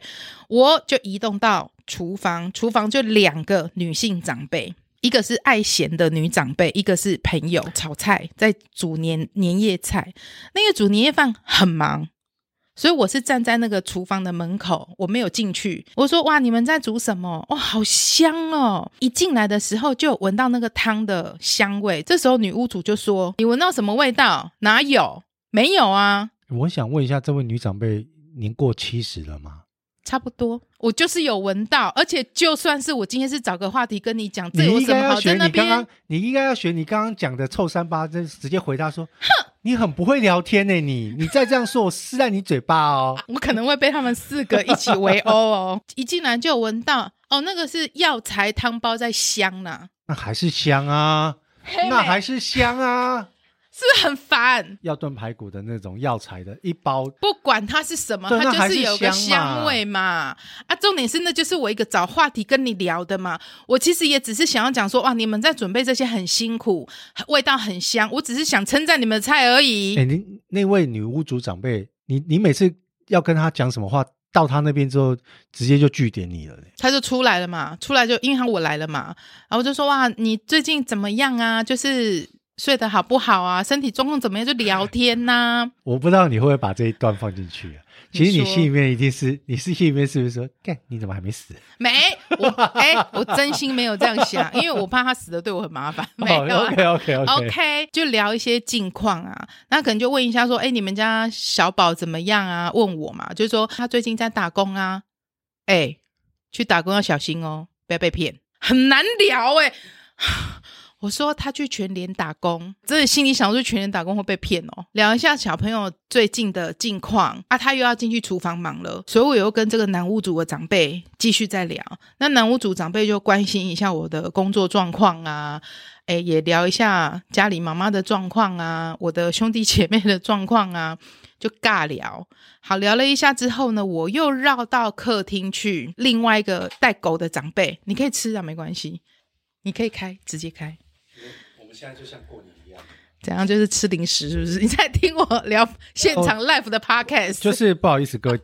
Speaker 2: 我就移动到厨房，厨房就两个女性长辈。一个是爱闲的女长辈，一个是朋友炒菜，在煮年年夜菜。那个煮年夜饭很忙，所以我是站在那个厨房的门口，我没有进去。我说：“哇，你们在煮什么？哇、好香哦！”一进来的时候就有闻到那个汤的香味。这时候女屋主就说：“你闻到什么味道？哪有？没有啊，
Speaker 1: 我想问一下，这位女长辈年过七十了吗？
Speaker 2: 差不多。我就是有闻到，而且就算是我今天是找个话题跟你讲，这
Speaker 1: 你
Speaker 2: 有
Speaker 1: 应
Speaker 2: 什
Speaker 1: 该
Speaker 2: 么
Speaker 1: 要
Speaker 2: 好
Speaker 1: 学
Speaker 2: 在那
Speaker 1: 你刚
Speaker 2: 边
Speaker 1: 刚？，你应该要学你刚刚讲的臭三八，这直接回答说，哼，你很不会聊天呢、你你再这样说，我撕烂你嘴巴哦。
Speaker 2: 我可能会被他们四个一起围殴哦。一进来就有闻到，哦，那个是药材汤包在香啦、
Speaker 1: 那还是香啊，那还是香啊。
Speaker 2: 是不是很烦？
Speaker 1: 要炖排骨的那种药材的一包，
Speaker 2: 不管它是什么，
Speaker 1: 对
Speaker 2: 它
Speaker 1: 那
Speaker 2: 就
Speaker 1: 还
Speaker 2: 是
Speaker 1: 是
Speaker 2: 有个
Speaker 1: 香嘛
Speaker 2: 香味嘛。啊，重点是那就是我一个找话题跟你聊的嘛。我其实也只是想要讲说，哇，你们在准备这些很辛苦，味道很香，我只是想称赞你们的菜而已。
Speaker 1: 哎，你那位女屋主长辈，你你每次要跟她讲什么话，到她那边之后，直接就据点你了、
Speaker 2: 他就出来了嘛，出来就因为他我来了嘛，然后我就说哇，你最近怎么样啊？就是睡得好不好啊？身体状况怎么样？就聊天呐、
Speaker 1: 我不知道你会不会把这一段放进去、啊。其实
Speaker 2: 你
Speaker 1: 你
Speaker 2: 说
Speaker 1: 心里面一定是，你是心里面是不是说，干你怎么还没死？
Speaker 2: 没，我哎、我真心没有这样想，因为我怕他死的对我很麻烦。 没有、啊。
Speaker 1: 哦 OK OK OK，
Speaker 2: OK，就聊一些近况啊，那可能就问一下说，哎，你们家小宝怎么样啊？问我嘛，就是说他最近在打工啊，哎，去打工要小心哦，不要被骗，很难聊哎、 我说他去全联打工，真的心里想说去全联打工会被骗哦。聊一下小朋友最近的近况啊，他又要进去厨房忙了，所以我又跟这个男屋主的长辈继续在聊。那男屋主长辈就关心一下我的工作状况啊，哎，也聊一下家里妈妈的状况啊，我的兄弟姐妹的状况啊，就尬聊。好，聊了一下之后呢，我又绕到客厅去，另外一个带狗的长辈，你可以吃啊，没关系，你可以开，直接开。
Speaker 1: 我们现在就像过年一样，
Speaker 2: 怎样？就是吃零食是不是？ 你在听我聊现场 live 的 podcast？、
Speaker 1: 哦就是不好意思 各位，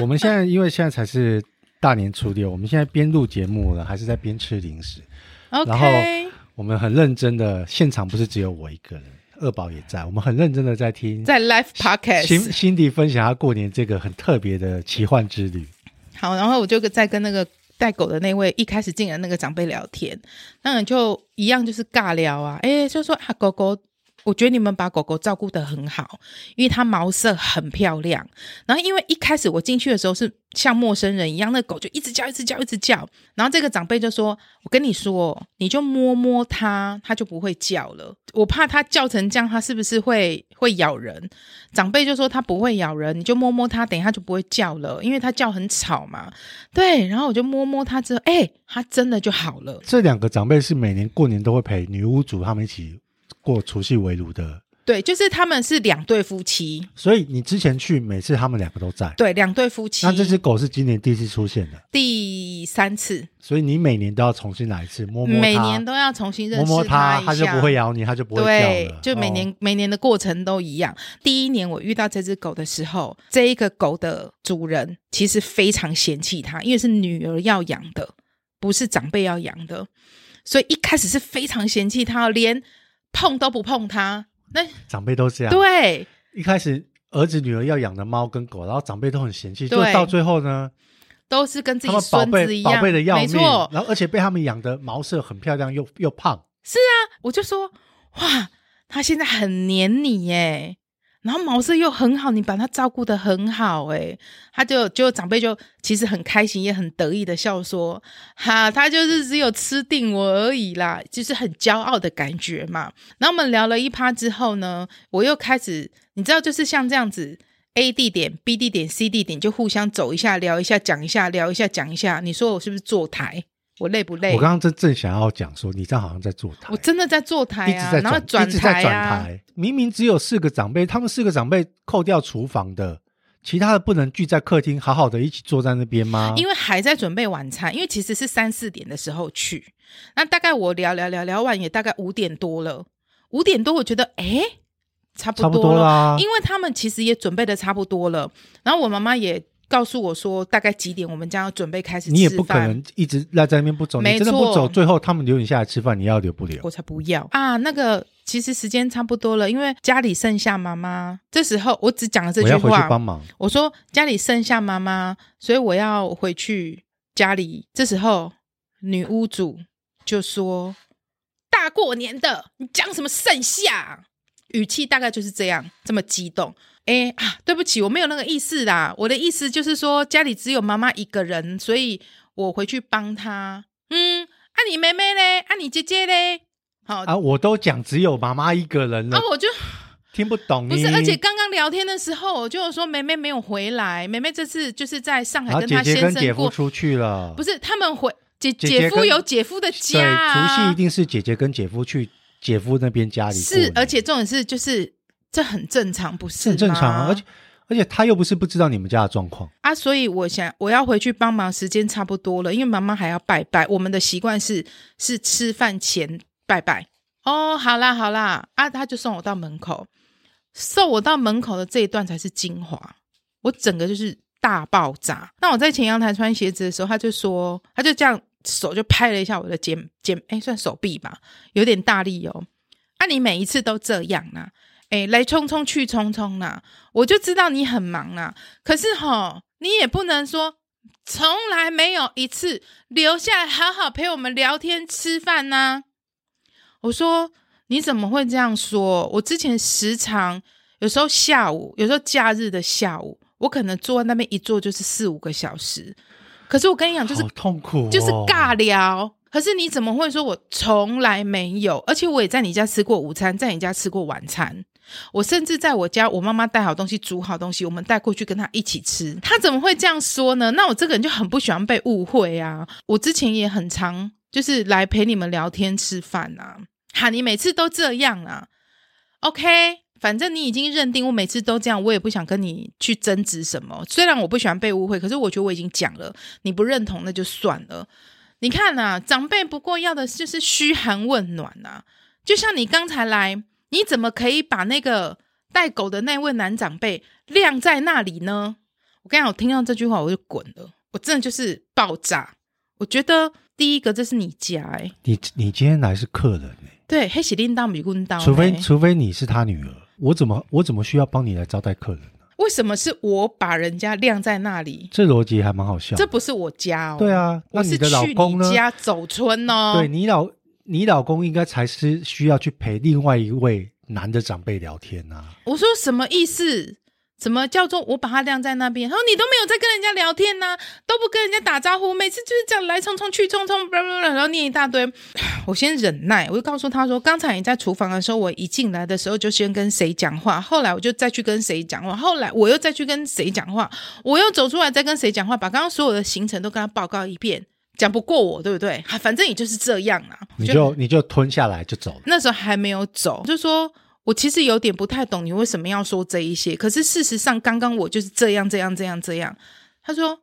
Speaker 1: 我们现在因为现在才是大年初六，我们现在边录节目了，还是在边吃零食。然后
Speaker 2: OK，
Speaker 1: 我们很认真的，现场不是只有我一个人，二宝也在，我们很认真的在听
Speaker 2: 在 live podcast
Speaker 1: 辛辛迪分享他过年这个很特别的奇幻之旅。
Speaker 2: 好，然后我就在跟那个带狗的那位一开始进来那个长辈聊天，那你就一样就是尬聊啊，哎，就说啊狗狗。我觉得你们把狗狗照顾得很好，因为它毛色很漂亮。然后因为一开始我进去的时候是像陌生人一样，那狗就一直叫，一直叫，一直叫。然后这个长辈就说：“我跟你说，你就摸摸它，它就不会叫了。我怕它叫成这样，它是不是会会咬人？”长辈就说它不会咬人，你就摸摸它，等一下就不会叫了，因为它叫很吵嘛。对，然后我就摸摸它之后，哎、它真的就好了。
Speaker 1: 这两个长辈是每年过年都会陪女屋主他们一起过除夕围炉的
Speaker 2: 对，就是他们是两对夫妻，
Speaker 1: 所以你之前去，每次他们两个都在。
Speaker 2: 对，两对夫妻。
Speaker 1: 那这只狗是今年第一次出现的，
Speaker 2: 第三次，
Speaker 1: 所以你每年都要重新来一次，摸摸它，
Speaker 2: 每年都要重新认
Speaker 1: 摸摸
Speaker 2: 识
Speaker 1: 它，
Speaker 2: 一
Speaker 1: 它就
Speaker 2: 下
Speaker 1: 不会咬你，它就不会
Speaker 2: 对
Speaker 1: 叫了。，
Speaker 2: 就每年、
Speaker 1: 哦
Speaker 2: 每年的过程都一样。第一年我遇到这只狗的时候，这一个狗的主人其实非常嫌弃它，因为是女儿要养的，不是长辈要养的，所以一开始是非常嫌弃它，连碰都不碰它。那
Speaker 1: 长辈都这样。，
Speaker 2: 对
Speaker 1: 一开始儿子女儿要养的猫跟狗，然后长辈都很嫌弃，就
Speaker 2: 对
Speaker 1: 到最后呢，
Speaker 2: 都是跟自
Speaker 1: 他们
Speaker 2: 己
Speaker 1: 宝
Speaker 2: 孙子
Speaker 1: 贝
Speaker 2: 一
Speaker 1: 宝
Speaker 2: 样，
Speaker 1: 贝的要
Speaker 2: 没
Speaker 1: 命，
Speaker 2: 错，
Speaker 1: 然后而且被他们养的毛色很漂亮，又又胖，
Speaker 2: 我就说哇，它现在很黏你耶，然后毛色又很好，你把它照顾的很好哎，它就就长辈就其实很开心，也很得意的笑说，哈，它就是只有吃定我而已啦，就是很骄傲的感觉嘛。然后我们聊了一趴之后呢，我又开始，你知道，就是像这样子。A 地点、B 地点、C 地点就互相走一下、聊一下、讲一下、聊一下、讲一下。你说我是不是坐台？我累不累？
Speaker 1: 我刚刚正正想要讲说，你这样好像在坐台
Speaker 2: 我，真的在坐台
Speaker 1: 一
Speaker 2: 啊，
Speaker 1: 直在
Speaker 2: 然后
Speaker 1: 转，
Speaker 2: 转
Speaker 1: 一直在
Speaker 2: 台
Speaker 1: 转
Speaker 2: 啊，
Speaker 1: 台。明明只有四个长辈，他们四个长辈扣掉厨房的，其他的不能聚在客厅，好好的一起坐在那边吗？
Speaker 2: 因为还在准备晚餐，因为其实是三四点的时候去，那大概我聊聊聊聊完也大概五点多了，五点多我觉得诶差不
Speaker 1: 差不多
Speaker 2: 多
Speaker 1: 啊
Speaker 2: 了，
Speaker 1: 啦，
Speaker 2: 因为他们其实也准备的差不多了，然后我妈妈也告诉我说大概几点我们将要准备开始
Speaker 1: 你也
Speaker 2: 吃
Speaker 1: 不可
Speaker 2: 饭。
Speaker 1: 能一直赖在那边不走，
Speaker 2: 没
Speaker 1: 你真的不走，
Speaker 2: 错
Speaker 1: 最后他们留你下来吃饭，你要留不留？
Speaker 2: 我才不要啊！那个其实时间差不多了，因为家里剩下妈妈。这时候我只讲了这
Speaker 1: 我
Speaker 2: 句
Speaker 1: 要回去
Speaker 2: 话，
Speaker 1: 帮忙，
Speaker 2: 我说家里剩下妈妈，所以我要回去家里。这时候女屋主就说：“大过年的，你讲什么剩下啊？”语气大概就是这样，这么激动。哎啊，对不起，我没有那个意思啦。我的意思就是说，家里只有妈妈一个人，所以我回去帮她。嗯，啊，你妹妹嘞？啊，你姐姐嘞？好
Speaker 1: 啊，我都讲只有妈妈一个人了，
Speaker 2: 啊，我就
Speaker 1: 听不懂
Speaker 2: 不
Speaker 1: 你。
Speaker 2: 是，而且刚刚聊天的时候，我就有说梅梅没有回来，梅梅这次就是在上
Speaker 1: 然后
Speaker 2: 海跟
Speaker 1: 姐
Speaker 2: 她
Speaker 1: 姐
Speaker 2: 先
Speaker 1: 跟
Speaker 2: 生
Speaker 1: 姐夫
Speaker 2: 过，
Speaker 1: 出去了，
Speaker 2: 不
Speaker 1: 是
Speaker 2: 是他们回姐
Speaker 1: 姐姐
Speaker 2: 夫
Speaker 1: 跟
Speaker 2: 有姐夫的
Speaker 1: 对，
Speaker 2: 家、啊，
Speaker 1: 除夕一定是姐姐跟姐夫去姐夫那边家里过
Speaker 2: 是
Speaker 1: 年，
Speaker 2: 而且重点是就是这很正常，不是
Speaker 1: 是很正常啊，
Speaker 2: 吗
Speaker 1: 而且而且他又不是不知道你们家的状况，
Speaker 2: 啊，所以我想我要回去帮忙，时间差不多了，因为妈妈还要拜拜。我们的习惯是是吃饭前拜拜。哦，好啦好啦，啊，他就送我到门口，送我到门口的这一段才是精华，我整个就是大爆炸。那我在前阳台穿鞋子的时候，他就说，他就这样手就拍了一下我的肩肩，哎，算手臂吧，有点大力哦。啊，你每一次都这样啦、哎，来匆匆去匆匆啦、我就知道你很忙啦、可是哈，你也不能说从来没有一次留下来好好陪我们聊天吃饭呐、我说你怎么会这样说？我之前时常有时候下午，有时候假日的下午，我可能坐在那边一坐就是四五个小时。可是我跟你讲，就是
Speaker 1: 好痛苦哦，
Speaker 2: 就是尬聊。可是你怎么会说我从来没有？而且我也在你家吃过午餐，在你家吃过晚餐。我甚至在我家，我妈妈带好东西，煮好东西，我们带过去跟她一起吃。她怎么会这样说呢？那我这个人就很不喜欢被误会啊。我之前也很常就是来陪你们聊天吃饭啊。哈，你每次都这样啊？OK，反正你已经认定我每次都这样，我也不想跟你去争执什么。虽然我不喜欢被误会，可是我觉得我已经讲了，你不认同那就算了。你看呐、长辈不过要的就是嘘寒问暖呐、就像你刚才来，你怎么可以把那个带狗的那位男长辈晾在那里呢？我刚才我听到这句话我就滚了，我真的就是爆炸。我觉得第一个这是你家哎、
Speaker 1: 你你今天来是客人欸
Speaker 2: 对，黑喜令当米棍刀呢，
Speaker 1: 除非除非你是他女儿，我怎么我怎么需要帮你来招待客人呢？
Speaker 2: 为什么是我把人家晾在那里？
Speaker 1: 这逻辑还蛮好笑的。
Speaker 2: 这不是我家哦，
Speaker 1: 啊对，啊，那
Speaker 2: 我
Speaker 1: 你
Speaker 2: 是
Speaker 1: 的老
Speaker 2: 去
Speaker 1: 公呢
Speaker 2: 你？家走村哦，
Speaker 1: 对你老你老公应该才是需要去陪另外一位男的长辈聊天啊。
Speaker 2: 我说什么意思？怎么叫做我把它晾在那边？他说你都没有在跟人家聊天呐、都不跟人家打招呼，每次就是这样来匆匆去匆匆，然后念一大堆。 我先忍耐，我就告诉他说，刚才你在厨房的时候，我一进来的时候就先跟谁讲话，后来我就再去跟谁讲话，后来我又再去跟谁讲话，我又走出来再跟谁讲话，把刚刚所有的行程都跟他报告一遍。讲不过我，对不对？啊反正也就是这样啦、
Speaker 1: 你就你就吞下来就走了，
Speaker 2: 那时候还没有走，就说我其实有点不太懂你为什么要说这一些。可是事实上，刚刚我就是这样这样这样这样。他说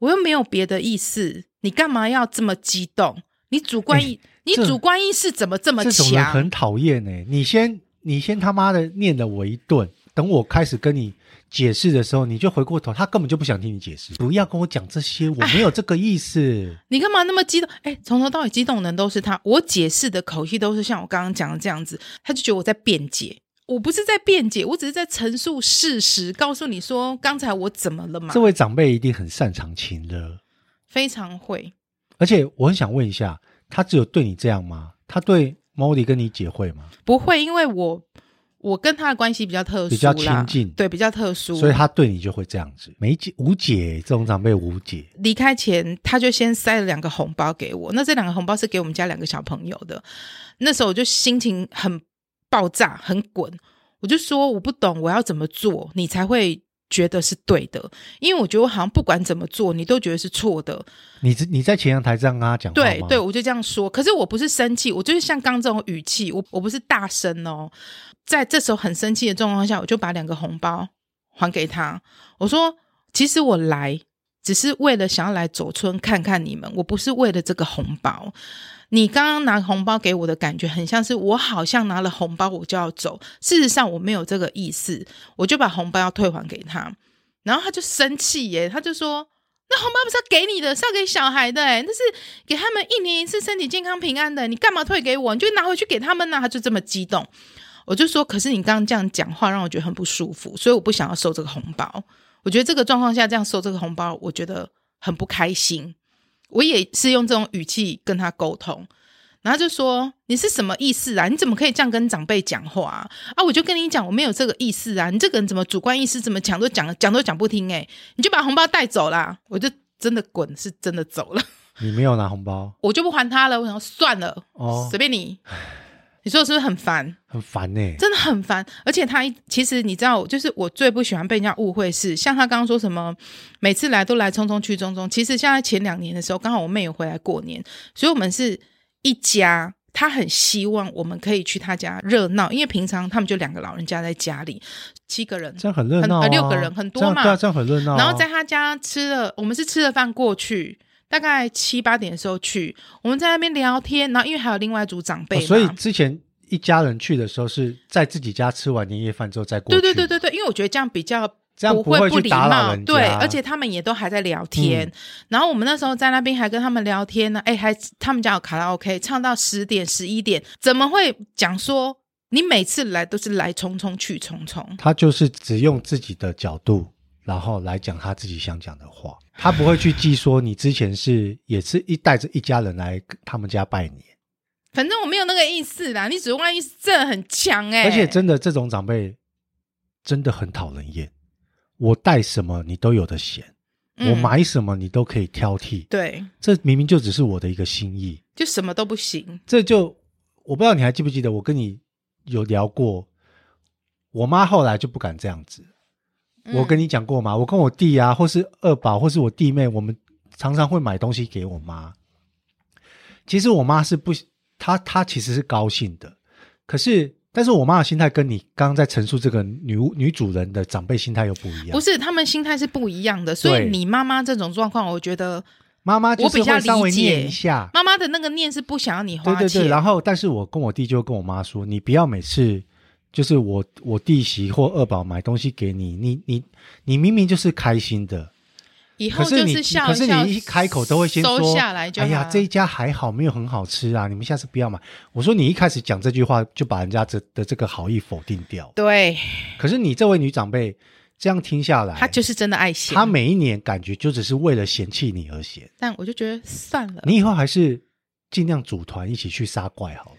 Speaker 2: 我又没有别的意思，你干嘛要这么激动？你主观意，你
Speaker 1: 哎这
Speaker 2: 主观意识怎么这么
Speaker 1: 这种人
Speaker 2: 强？
Speaker 1: 很讨厌哎！你先你先他妈的念了我一顿，等我开始跟你解释的时候，你就回过头，他根本就不想听你解释。不要跟我讲这些，我没有这个意思。
Speaker 2: 你干嘛那么激动？哎，从头到尾激动的人都是他。我解释的口气都是像我刚刚讲的这样子，他就觉得我在辩解。我不是在辩解，我只是在陈述事实，告诉你说刚才我怎么了嘛
Speaker 1: 这。位长辈一定很擅长情勒，
Speaker 2: 非常会，
Speaker 1: 而且我很想问一下，他只有对你这样吗？他对 Molly 跟你姐会吗？
Speaker 2: 不会，因为我我跟他的关系比较特殊啦，
Speaker 1: 比较亲近
Speaker 2: 对，比较特殊，
Speaker 1: 所以他对你就会这样子，没解无解，欸这种长辈无解。
Speaker 2: 离开前，他就先塞了两个红包给我。那这两个红包是给我们家两个小朋友的。那时候我就心情很爆炸，很滚。我就说我不懂，我要怎么做你才会觉得是对的？因为我觉得我好像不管怎么做，你都觉得是错的。
Speaker 1: 你这你在前阳台这样跟他讲话
Speaker 2: 对
Speaker 1: 吗？
Speaker 2: 对，我就这样说。可是我不是生气，我就是像刚这种语气，我我不是大声哦。在这时候很生气的状况下，我就把两个红包还给他。我说，其实我来只是为了想要来走村看看你们，我不是为了这个红包。你刚刚拿红包给我的感觉，很像是我好像拿了红包我就要走，事实上我没有这个意思，我就把红包要退还给他。然后他就生气耶，他就说：“那红包不是要给你的，是要给小孩的，哎，那是给他们一年一次身体健康平安的，你干嘛退给我？你就拿回去给他们呢、他就这么激动，我就说，可是你刚刚这样讲话让我觉得很不舒服，所以我不想要收这个红包。我觉得这个状况下这样收这个红包，我觉得很不开心。我也是用这种语气跟他沟通，然后就说你是什么意思啊？你怎么可以这样跟长辈讲话啊？啊我就跟你讲，我没有这个意思啊！你这个人怎么主观意识这么强，都讲讲都讲不听、欸，你就把红包带走啦！我就真的滚，是真的走了。
Speaker 1: 你没有拿红包
Speaker 2: 我就不还他了。我想说算了，
Speaker 1: 哦
Speaker 2: 随，便你。你说是不是很烦？
Speaker 1: 很烦欸呢、
Speaker 2: 真的很烦。而且他一其实你知道，就是我最不喜欢被人家误会是，像他刚刚说什么，每次来都来匆匆去匆匆。其实像在前两年的时候，刚好我妹有回来过年，所以我们是一家。他很希望我们可以去他家热闹，因为平常他们就两个老人家在家里，七个人，
Speaker 1: 这样很热闹、啊
Speaker 2: 很呃六个人很多
Speaker 1: 这样
Speaker 2: 嘛
Speaker 1: 对啊，这样很热闹啊、
Speaker 2: 然后在他家吃了，我们是吃了饭过去，大概七八点的时候去，我们在那边聊天，然后因为还有另外一组长辈
Speaker 1: 哦
Speaker 2: 嘛、
Speaker 1: 所以之前一家人去的时候是在自己家吃完年夜饭之后再过
Speaker 2: 对
Speaker 1: 去，
Speaker 2: 对对对对，因为我觉得这样比较。
Speaker 1: 这样
Speaker 2: 不
Speaker 1: 不会
Speaker 2: 不
Speaker 1: 去
Speaker 2: 礼
Speaker 1: 打扰
Speaker 2: 貌，
Speaker 1: 人家嗯
Speaker 2: 对，而且他们也都还在聊天。然后我们那时候在那边还跟他们聊天呢，哎，还他们家有卡拉 OK，唱到十点十一点，怎么会讲说你每次来都是来匆匆去匆匆？
Speaker 1: 他就是只用自己的角度，然后来讲他自己想讲的话，他不会去记说你之前是也是一带着一家人来他们家拜年，
Speaker 2: 反正我没有那个意思啦，你主观意识真的很强哎、
Speaker 1: 而且真的这种长辈真的很讨人厌。我带什么你都有的嫌，
Speaker 2: 嗯
Speaker 1: 我买什么你都可以挑剔，
Speaker 2: 对，
Speaker 1: 这明明就只是我的一个心意，
Speaker 2: 就什么都不行。
Speaker 1: 这就我不知道你还记不记得，我跟你有聊过，我妈后来就不敢这样子。
Speaker 2: 嗯
Speaker 1: 我跟你讲过吗？我跟我弟啊，或是二宝，或是我弟妹，我们常常会买东西给我妈。其实我妈是不，她她其实是高兴的，可是但是我妈的心态跟你刚刚在陈述这个女巫女主人的长辈心态又不一样。
Speaker 2: 不是，他们心态是不一样的，所以
Speaker 1: 对
Speaker 2: 你妈妈这种状况，我觉得
Speaker 1: 妈妈就
Speaker 2: 我
Speaker 1: 是
Speaker 2: 比较
Speaker 1: 会稍微
Speaker 2: 理解
Speaker 1: 念一下，
Speaker 2: 妈妈的那个念是不想要你花
Speaker 1: 对
Speaker 2: 钱，
Speaker 1: 对对，然后但是我跟我弟就跟我妈说，你不要每次就是我我弟媳或二宝买东西给你，你你你明明就是开心的，
Speaker 2: 以
Speaker 1: 可
Speaker 2: 后
Speaker 1: 是
Speaker 2: 就
Speaker 1: 你
Speaker 2: 笑
Speaker 1: 可
Speaker 2: 一
Speaker 1: 是
Speaker 2: 笑
Speaker 1: 你一开口都会先说
Speaker 2: 收下来就
Speaker 1: 哎呀
Speaker 2: 好
Speaker 1: 这一家还好，没有很好吃啊，你们下次不要买。我说你一开始讲这句话就把人家这的这个好意否定掉，
Speaker 2: 对
Speaker 1: 可是你这位女长辈这样听下来，
Speaker 2: 他就是真的爱钱，
Speaker 1: 她每一年感觉就只是为了嫌弃你而嫌，
Speaker 2: 但我就觉得算了，
Speaker 1: 你以后还是尽量组团一起去杀怪好了。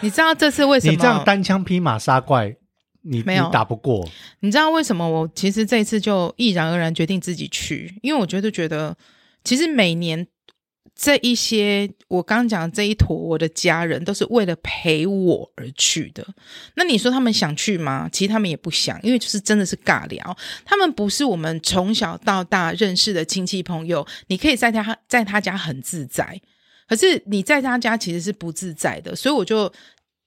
Speaker 2: 你知道这次为什么？
Speaker 1: 你这样单枪匹马杀怪，你
Speaker 2: 没有
Speaker 1: 你打不过，
Speaker 2: 你知道为什么我其实这一次就毅然而然决定自己去？因为我觉得觉得，其实每年这一些我刚刚讲的这一坨我的家人都是为了陪我而去的。那你说他们想去吗？其实他们也不想，因为就是真的是尬聊。他们不是我们从小到大认识的亲戚朋友，你可以在他在他家很自在，可是你在他家其实是不自在的，所以我就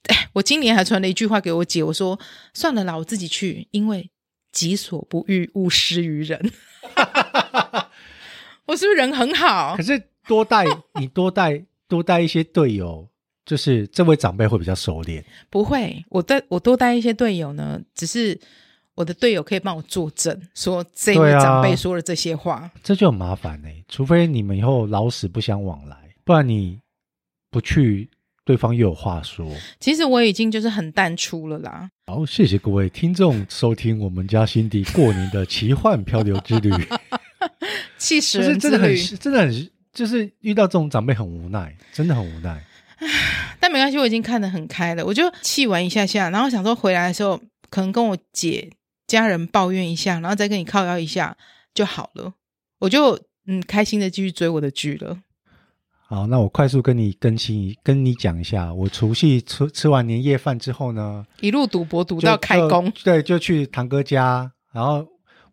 Speaker 2: 哎，我今年还传了一句话给我姐，我说算了啦，我自己去，因为己所不欲，勿施于人。 我是不是人很好
Speaker 1: 可？是多带你多带多带一些队友，就是这位长辈会比较收敛。
Speaker 2: 不会，我带我多带一些队友呢，只是我的队友可以帮我作证，说这位
Speaker 1: 对啊
Speaker 2: 长辈说了这些话。
Speaker 1: 这就很麻烦呢、除非你们以后老死不相往来，不然你不去，对方又有话说。
Speaker 2: 其实我已经就是很淡出了啦。
Speaker 1: 好，谢谢各位听众收听我们家辛迪过年的奇幻漂流之 旅，
Speaker 2: 气死
Speaker 1: 就是
Speaker 2: 人之
Speaker 1: 真的很
Speaker 2: 旅，
Speaker 1: 真的很就是遇到这种长辈很无奈，真的很无奈。
Speaker 2: 但没关系，我已经看得很开了。我就气完一下下，然后想说回来的时候，可能跟我姐家人抱怨一下，然后再跟你靠腰一下就好了。我就嗯开心的继续追我的剧了。
Speaker 1: 好，那我快速跟你更新一，跟你讲一下，我除夕吃吃完年夜饭之后呢，
Speaker 2: 一路赌博赌
Speaker 1: 就
Speaker 2: 到开工，
Speaker 1: 就对，就去堂哥家。然后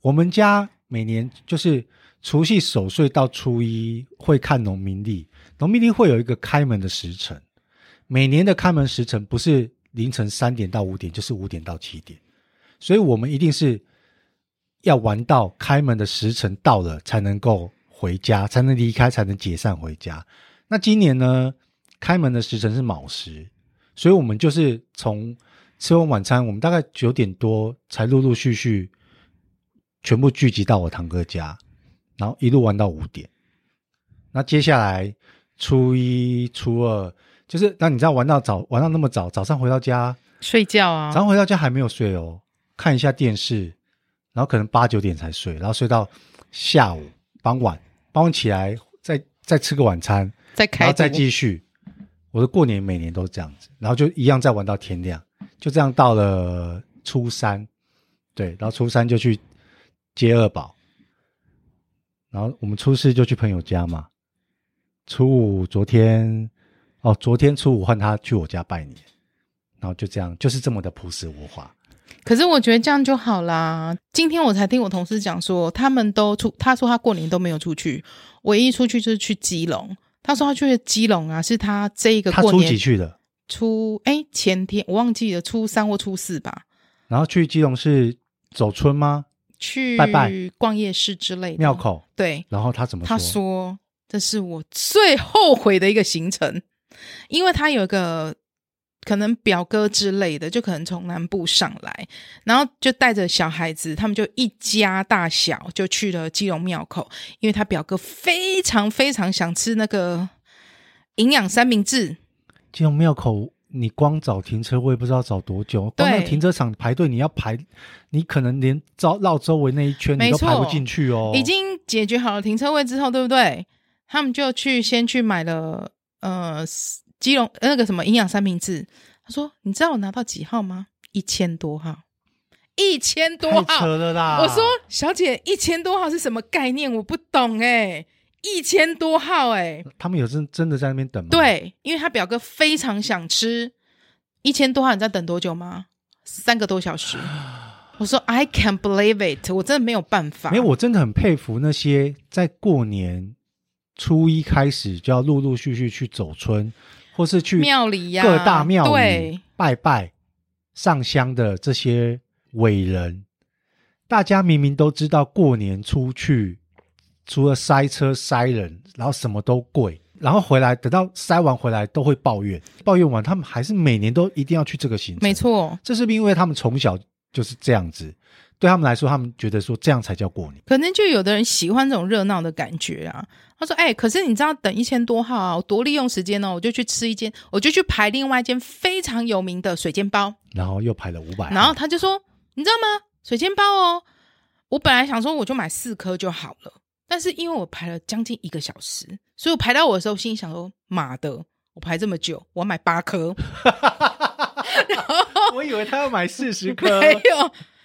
Speaker 1: 我们家每年就是除夕守岁到初一会看农民历，农民历会有一个开门的时辰，每年的开门时辰不是凌晨三点到五点，就是五点到七点，所以我们一定是要玩到开门的时辰到了才能够回家，才能离开，才能解散回家。那今年呢，开门的时辰是卯时，所以我们就是从吃完晚餐，我们大概九点多才陆陆续续全部聚集到我堂哥家，然后一路玩到五点。那接下来初一、初二，就是那你知道玩到早，玩到那么早，早上回到家，
Speaker 2: 睡觉啊
Speaker 1: 早，上回到家还没有睡哦，看一下电视，然后可能八九点才睡，然后睡到下午傍晚，傍晚起来再再吃个晚餐，
Speaker 2: 再
Speaker 1: 然
Speaker 2: 开
Speaker 1: 后再
Speaker 2: 赌
Speaker 1: 继续。我的过年每年都是这样子，然后就一样再玩到天亮，就这样到了初三，对，然后初三就去接二宝，然后我们初四就去朋友家嘛，初五昨天哦，昨天初五换他去我家拜年，然后就这样，就是这么的朴实无华。
Speaker 2: 可是我觉得这样就好啦。今天我才听我同事讲说，他们都出，他说他过年都没有出去，唯一出去就是去基隆。他说他去的基隆啊，是他这一个
Speaker 1: 他
Speaker 2: 过
Speaker 1: 初
Speaker 2: 年
Speaker 1: 几去的？
Speaker 2: 初哎前天我忘记了，初三或初四吧，
Speaker 1: 然后去基隆市走村吗？
Speaker 2: 去
Speaker 1: 拜拜
Speaker 2: 逛夜市之类的。
Speaker 1: 庙口？
Speaker 2: 对，
Speaker 1: 然后他怎么
Speaker 2: 他说这是我最后悔的一个行程，因为他有一个可能表哥之类的，就可能从南部上来，然后就带着小孩子，他们就一家大小就去了基隆庙口，因为他表哥非常非常想吃那个营养三明治，
Speaker 1: 基隆庙口，你光找停车位不知道找多久，光那个
Speaker 2: 对
Speaker 1: 停车场排队，你要排，你可能连绕绕周围那一圈你
Speaker 2: 没
Speaker 1: 都
Speaker 2: 错
Speaker 1: 排不进去哦。
Speaker 2: 已经解决好了停车位之后，对不对？他们就去先去买了呃基隆呃那个什么营养三明治。他说：“你知道我拿到几号吗？一千多号，一千多
Speaker 1: 太
Speaker 2: 号。
Speaker 1: 扯了”啦！
Speaker 2: 我说：“小姐，一千多号是什么概念？我不懂哎、一千多号哎、
Speaker 1: 他们有真真的在那边等吗？，
Speaker 2: 对，因为他表哥非常想吃一千多号，你知道等多久吗？三个多小时。我说 I can't believe it，我真的没有办法。
Speaker 1: 没有，我真的很佩服那些在过年初一开始就要陆陆续续去走村，或是去
Speaker 2: 庙里呀
Speaker 1: 各大庙里
Speaker 2: 对
Speaker 1: 拜拜、上香的这些伟人。大家明明都知道过年出去，除了塞车塞人，然后什么都贵，然后回来等到塞完回来都会抱怨，抱怨完他们还是每年都一定要去这个行程。
Speaker 2: 没错，
Speaker 1: 这是不是因为他们从小就是这样子，对他们来说，他们觉得说这样才叫过年。
Speaker 2: 可能就有的人喜欢这种热闹的感觉啊。他说：“哎、可是你知道等一千多号啊，我多利用时间呢、我就去吃一间，我就去排另外一间非常有名的水煎包。
Speaker 1: 然后又排了五百，
Speaker 2: 然后他就说：“你知道吗？水煎包哦，我本来想说我就买四颗就好了，但是因为我排了将近一个小时，所以我排到我的时候，心里想说：妈的，我排这么久，我要买八颗，
Speaker 1: 我以为他要买四十颗，
Speaker 2: 没有，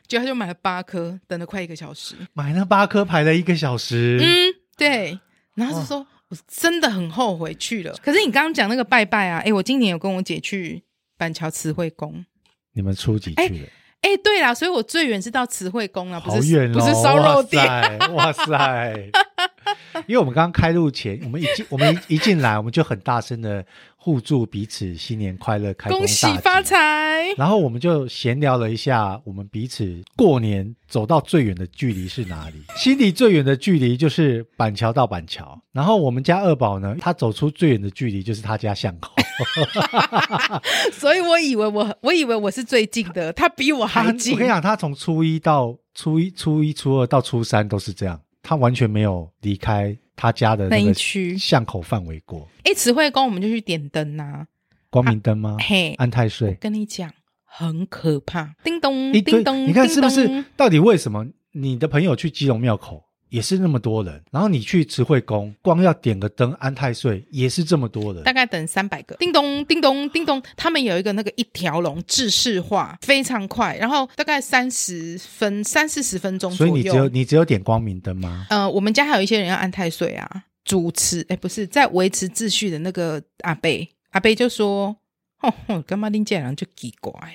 Speaker 2: 结果他就买了八颗，等了快一个小时。”
Speaker 1: 买那八颗排了一个小时。
Speaker 2: 嗯，对。然后就说，我真的很后悔去了。可是你刚刚讲那个拜拜啊，哎，我今年有跟我姐去板桥慈惠宫。
Speaker 1: 你们初几去的？
Speaker 2: 哎，对啦，所以我最远是到慈惠宫啦，啊不
Speaker 1: 好
Speaker 2: 是、
Speaker 1: 远哦，
Speaker 2: 不是烧肉店。
Speaker 1: 哇塞，哇 塞！因为我们刚刚开录前，我们一进我们一一进来，我们就很大声的互助彼此新年快乐，开工
Speaker 2: 恭喜
Speaker 1: 大吉
Speaker 2: 发财！
Speaker 1: 然后我们就闲聊了一下，我们彼此过年走到最远的距离是哪 里？心里最远的距离就是板桥到板桥。然后我们家二宝呢，他走出最远的距离就是他家巷口，
Speaker 2: 所以我以为我我以为我是最近的，他比我
Speaker 1: 他
Speaker 2: 还啊
Speaker 1: 很
Speaker 2: 近。
Speaker 1: 我跟你讲，他从初一到初一、初一、初二到初三都是这样，他完全没有离开他家的那
Speaker 2: 那一
Speaker 1: 个
Speaker 2: 区
Speaker 1: 巷口范围过。
Speaker 2: 哎，词汇宫我们就去点灯呐、
Speaker 1: 光明灯吗？
Speaker 2: 嘿，
Speaker 1: 安太岁。
Speaker 2: 跟你讲，很可怕，叮咚，
Speaker 1: 一堆
Speaker 2: 嗯叮，咚，
Speaker 1: 你看
Speaker 2: 叮
Speaker 1: 是不
Speaker 2: 咚
Speaker 1: 是？到底为什么你的朋友去基隆庙口也是那么多人，然后你去慈惠宫，光要点个灯安太岁也是这么多人
Speaker 2: 大？概等三百个，叮咚叮咚叮咚，他们有一个那个一条龙制式化，非常快，然后大概三十分三四十分钟
Speaker 1: 所
Speaker 2: 左
Speaker 1: 以你
Speaker 2: 右。
Speaker 1: 只有你只有点光明灯吗？
Speaker 2: 呃，我们家还有一些人要安太岁啊，主持哎不是在维持秩序的那个阿贝，阿贝就说：“哦，哦干嘛恁这人就奇怪了？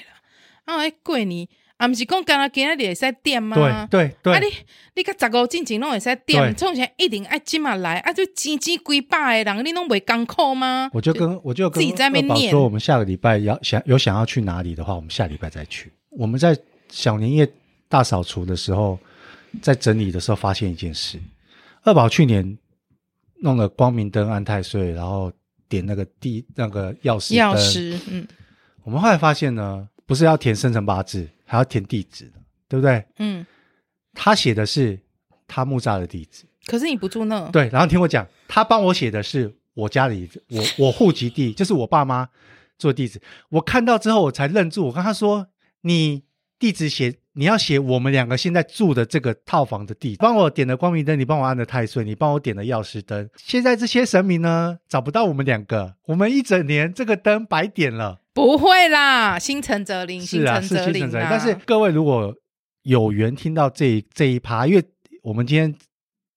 Speaker 2: 啊，哎过年啊，不是讲干阿今日会使点吗？
Speaker 1: 对对
Speaker 2: 啊
Speaker 1: 对，
Speaker 2: 你你甲十五进前拢会使点，
Speaker 1: 对
Speaker 2: 创啥一定爱即嘛来啊，就千千几百个人，你拢袂艰苦吗？
Speaker 1: 我就跟我就跟
Speaker 2: 自己在那边
Speaker 1: 二宝
Speaker 2: 念
Speaker 1: 说，我们下个礼拜要想有想要去哪里的话，我们下礼拜再去。我们在小年夜大扫除的时候，在整理的时候发现一件事：二宝去年弄了光明灯安太岁，然后点那个地那个钥匙
Speaker 2: 药
Speaker 1: 灯
Speaker 2: 师，嗯
Speaker 1: 我们后来发现呢，不是要填生辰八字，还要填地址的，对不对？
Speaker 2: 嗯，
Speaker 1: 他写的是他木栅的地址，
Speaker 2: 可是你不住那，
Speaker 1: 对。然后听我讲，他帮我写的是我家里我我户籍地，就是我爸妈做地址。我看到之后我才愣住，我跟他说：“你地址写你要写我们两个现在住的这个套房的地址，帮我点了光明灯，你帮我按了太岁，你帮我点了药师灯。现在这些神明呢找不到我们两个，我们一整年这个灯白点了。”
Speaker 2: 不会啦，心诚则灵，
Speaker 1: 是啊，是
Speaker 2: 诚则
Speaker 1: 心诚
Speaker 2: 灵
Speaker 1: 则
Speaker 2: 啦。
Speaker 1: 但是各位如果有缘听到这一这一趴，因为我们今天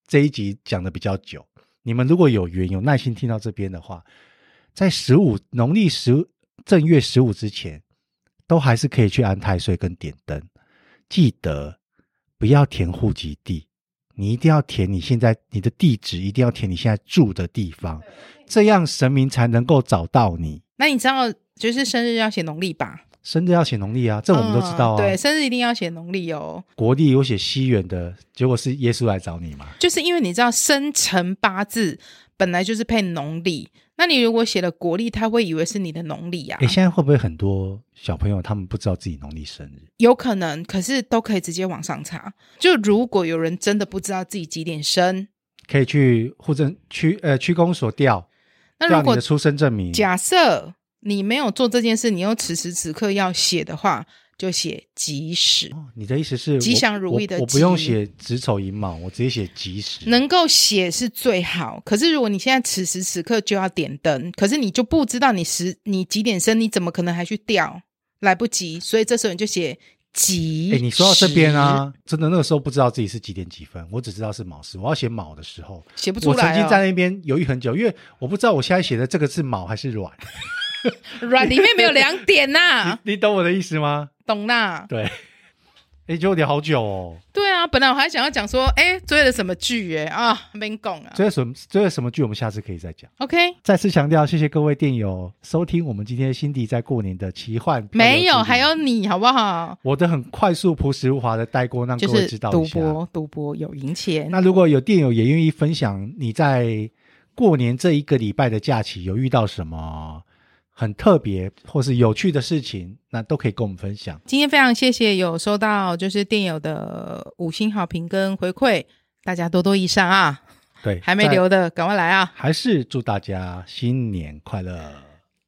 Speaker 1: 这一集讲的比较久，你们如果有缘有耐心听到这边的话，在十五农历十正月十五之前，都还是可以去安太岁跟点灯。记得不要填户籍地，你一定要填你现在你的地址，一定要填你现在住的地方，这样神明才能够找到你。
Speaker 2: 那你知道，就是生日要写农历吧？
Speaker 1: 生日要写农历啊，这我们都知道啊。
Speaker 2: 嗯对，生日一定要写农历哦，
Speaker 1: 国历有写西元的，结果是耶稣来找你嘛？
Speaker 2: 就是因为你知道生辰八字本来就是配农历，那你如果写了国历，他会以为是你的农历啊
Speaker 1: 哎、。现在会不会很多小朋友他们不知道自己农历生日？
Speaker 2: 有可能，可是都可以直接往上查。就如果有人真的不知道自己几点生，
Speaker 1: 可以去户政区呃区公所调
Speaker 2: 那
Speaker 1: 调
Speaker 2: 如
Speaker 1: 你
Speaker 2: 果
Speaker 1: 的出生证明。
Speaker 2: 假设你没有做这件事，你又此时此刻要写的话，就写即使。
Speaker 1: 哦，你的意思是
Speaker 2: 吉
Speaker 1: 我
Speaker 2: 祥如意的
Speaker 1: 我，我
Speaker 2: 吉
Speaker 1: 不用写子丑寅卯，我直接写吉时。
Speaker 2: 能够写是最好，可是如果你现在此时此刻就要点灯，可是你就不知道你时你几点生，你怎么可能还去调？来不及，所以这时候你就写即。
Speaker 1: 哎、你说到这边，啊，真的那个时候不知道自己是几点几分，我只知道是卯时。我要写卯的时候，
Speaker 2: 写不出
Speaker 1: 我曾
Speaker 2: 来、
Speaker 1: 经在
Speaker 2: 哦。
Speaker 1: 那边犹豫很久，因为我不知道我现在写的这个是卯还是卵。
Speaker 2: 软里面没有两点呐、
Speaker 1: 你懂我的意思吗？
Speaker 2: 懂啦？
Speaker 1: 对。哎、结果聊好久哦。
Speaker 2: 对啊，本来我还想要讲说，哎，追了什么剧、哎啊，没讲啊。
Speaker 1: 这是什么？这是什么剧？我们下次可以再讲。
Speaker 2: OK，
Speaker 1: 再次强调，谢谢各位电友收听我们今天辛迪在过年的奇幻漂流之旅。
Speaker 2: 没有，还有你好不好？
Speaker 1: 我的很快速、朴实无华的带过，让
Speaker 2: 就
Speaker 1: 各位
Speaker 2: 是
Speaker 1: 知道
Speaker 2: 赌
Speaker 1: 一下。
Speaker 2: 博，赌博有赢钱。
Speaker 1: 那如果有电友也愿意分享你在过年这一个礼拜的假期有遇到什么很特别或是有趣的事情，那都可以跟我们分享。
Speaker 2: 今天非常谢谢有收到就是电友的五星好评跟回馈，大家多多益善啊！
Speaker 1: 对，
Speaker 2: 还没
Speaker 1: 在，
Speaker 2: 留的赶快来啊！
Speaker 1: 还是祝大家新年快乐，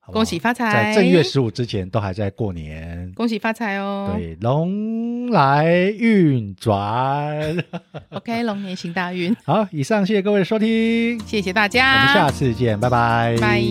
Speaker 1: 好不好
Speaker 2: 恭喜发财
Speaker 1: 在正月十五之前都还在过年。
Speaker 2: 恭喜发财哦
Speaker 1: 对，龙来运转。
Speaker 2: ！OK，龙年行大运，
Speaker 1: 好，以上谢谢各位的收听，
Speaker 2: 谢谢大
Speaker 1: 我
Speaker 2: 家，
Speaker 1: 们下次见，拜拜，
Speaker 2: 拜。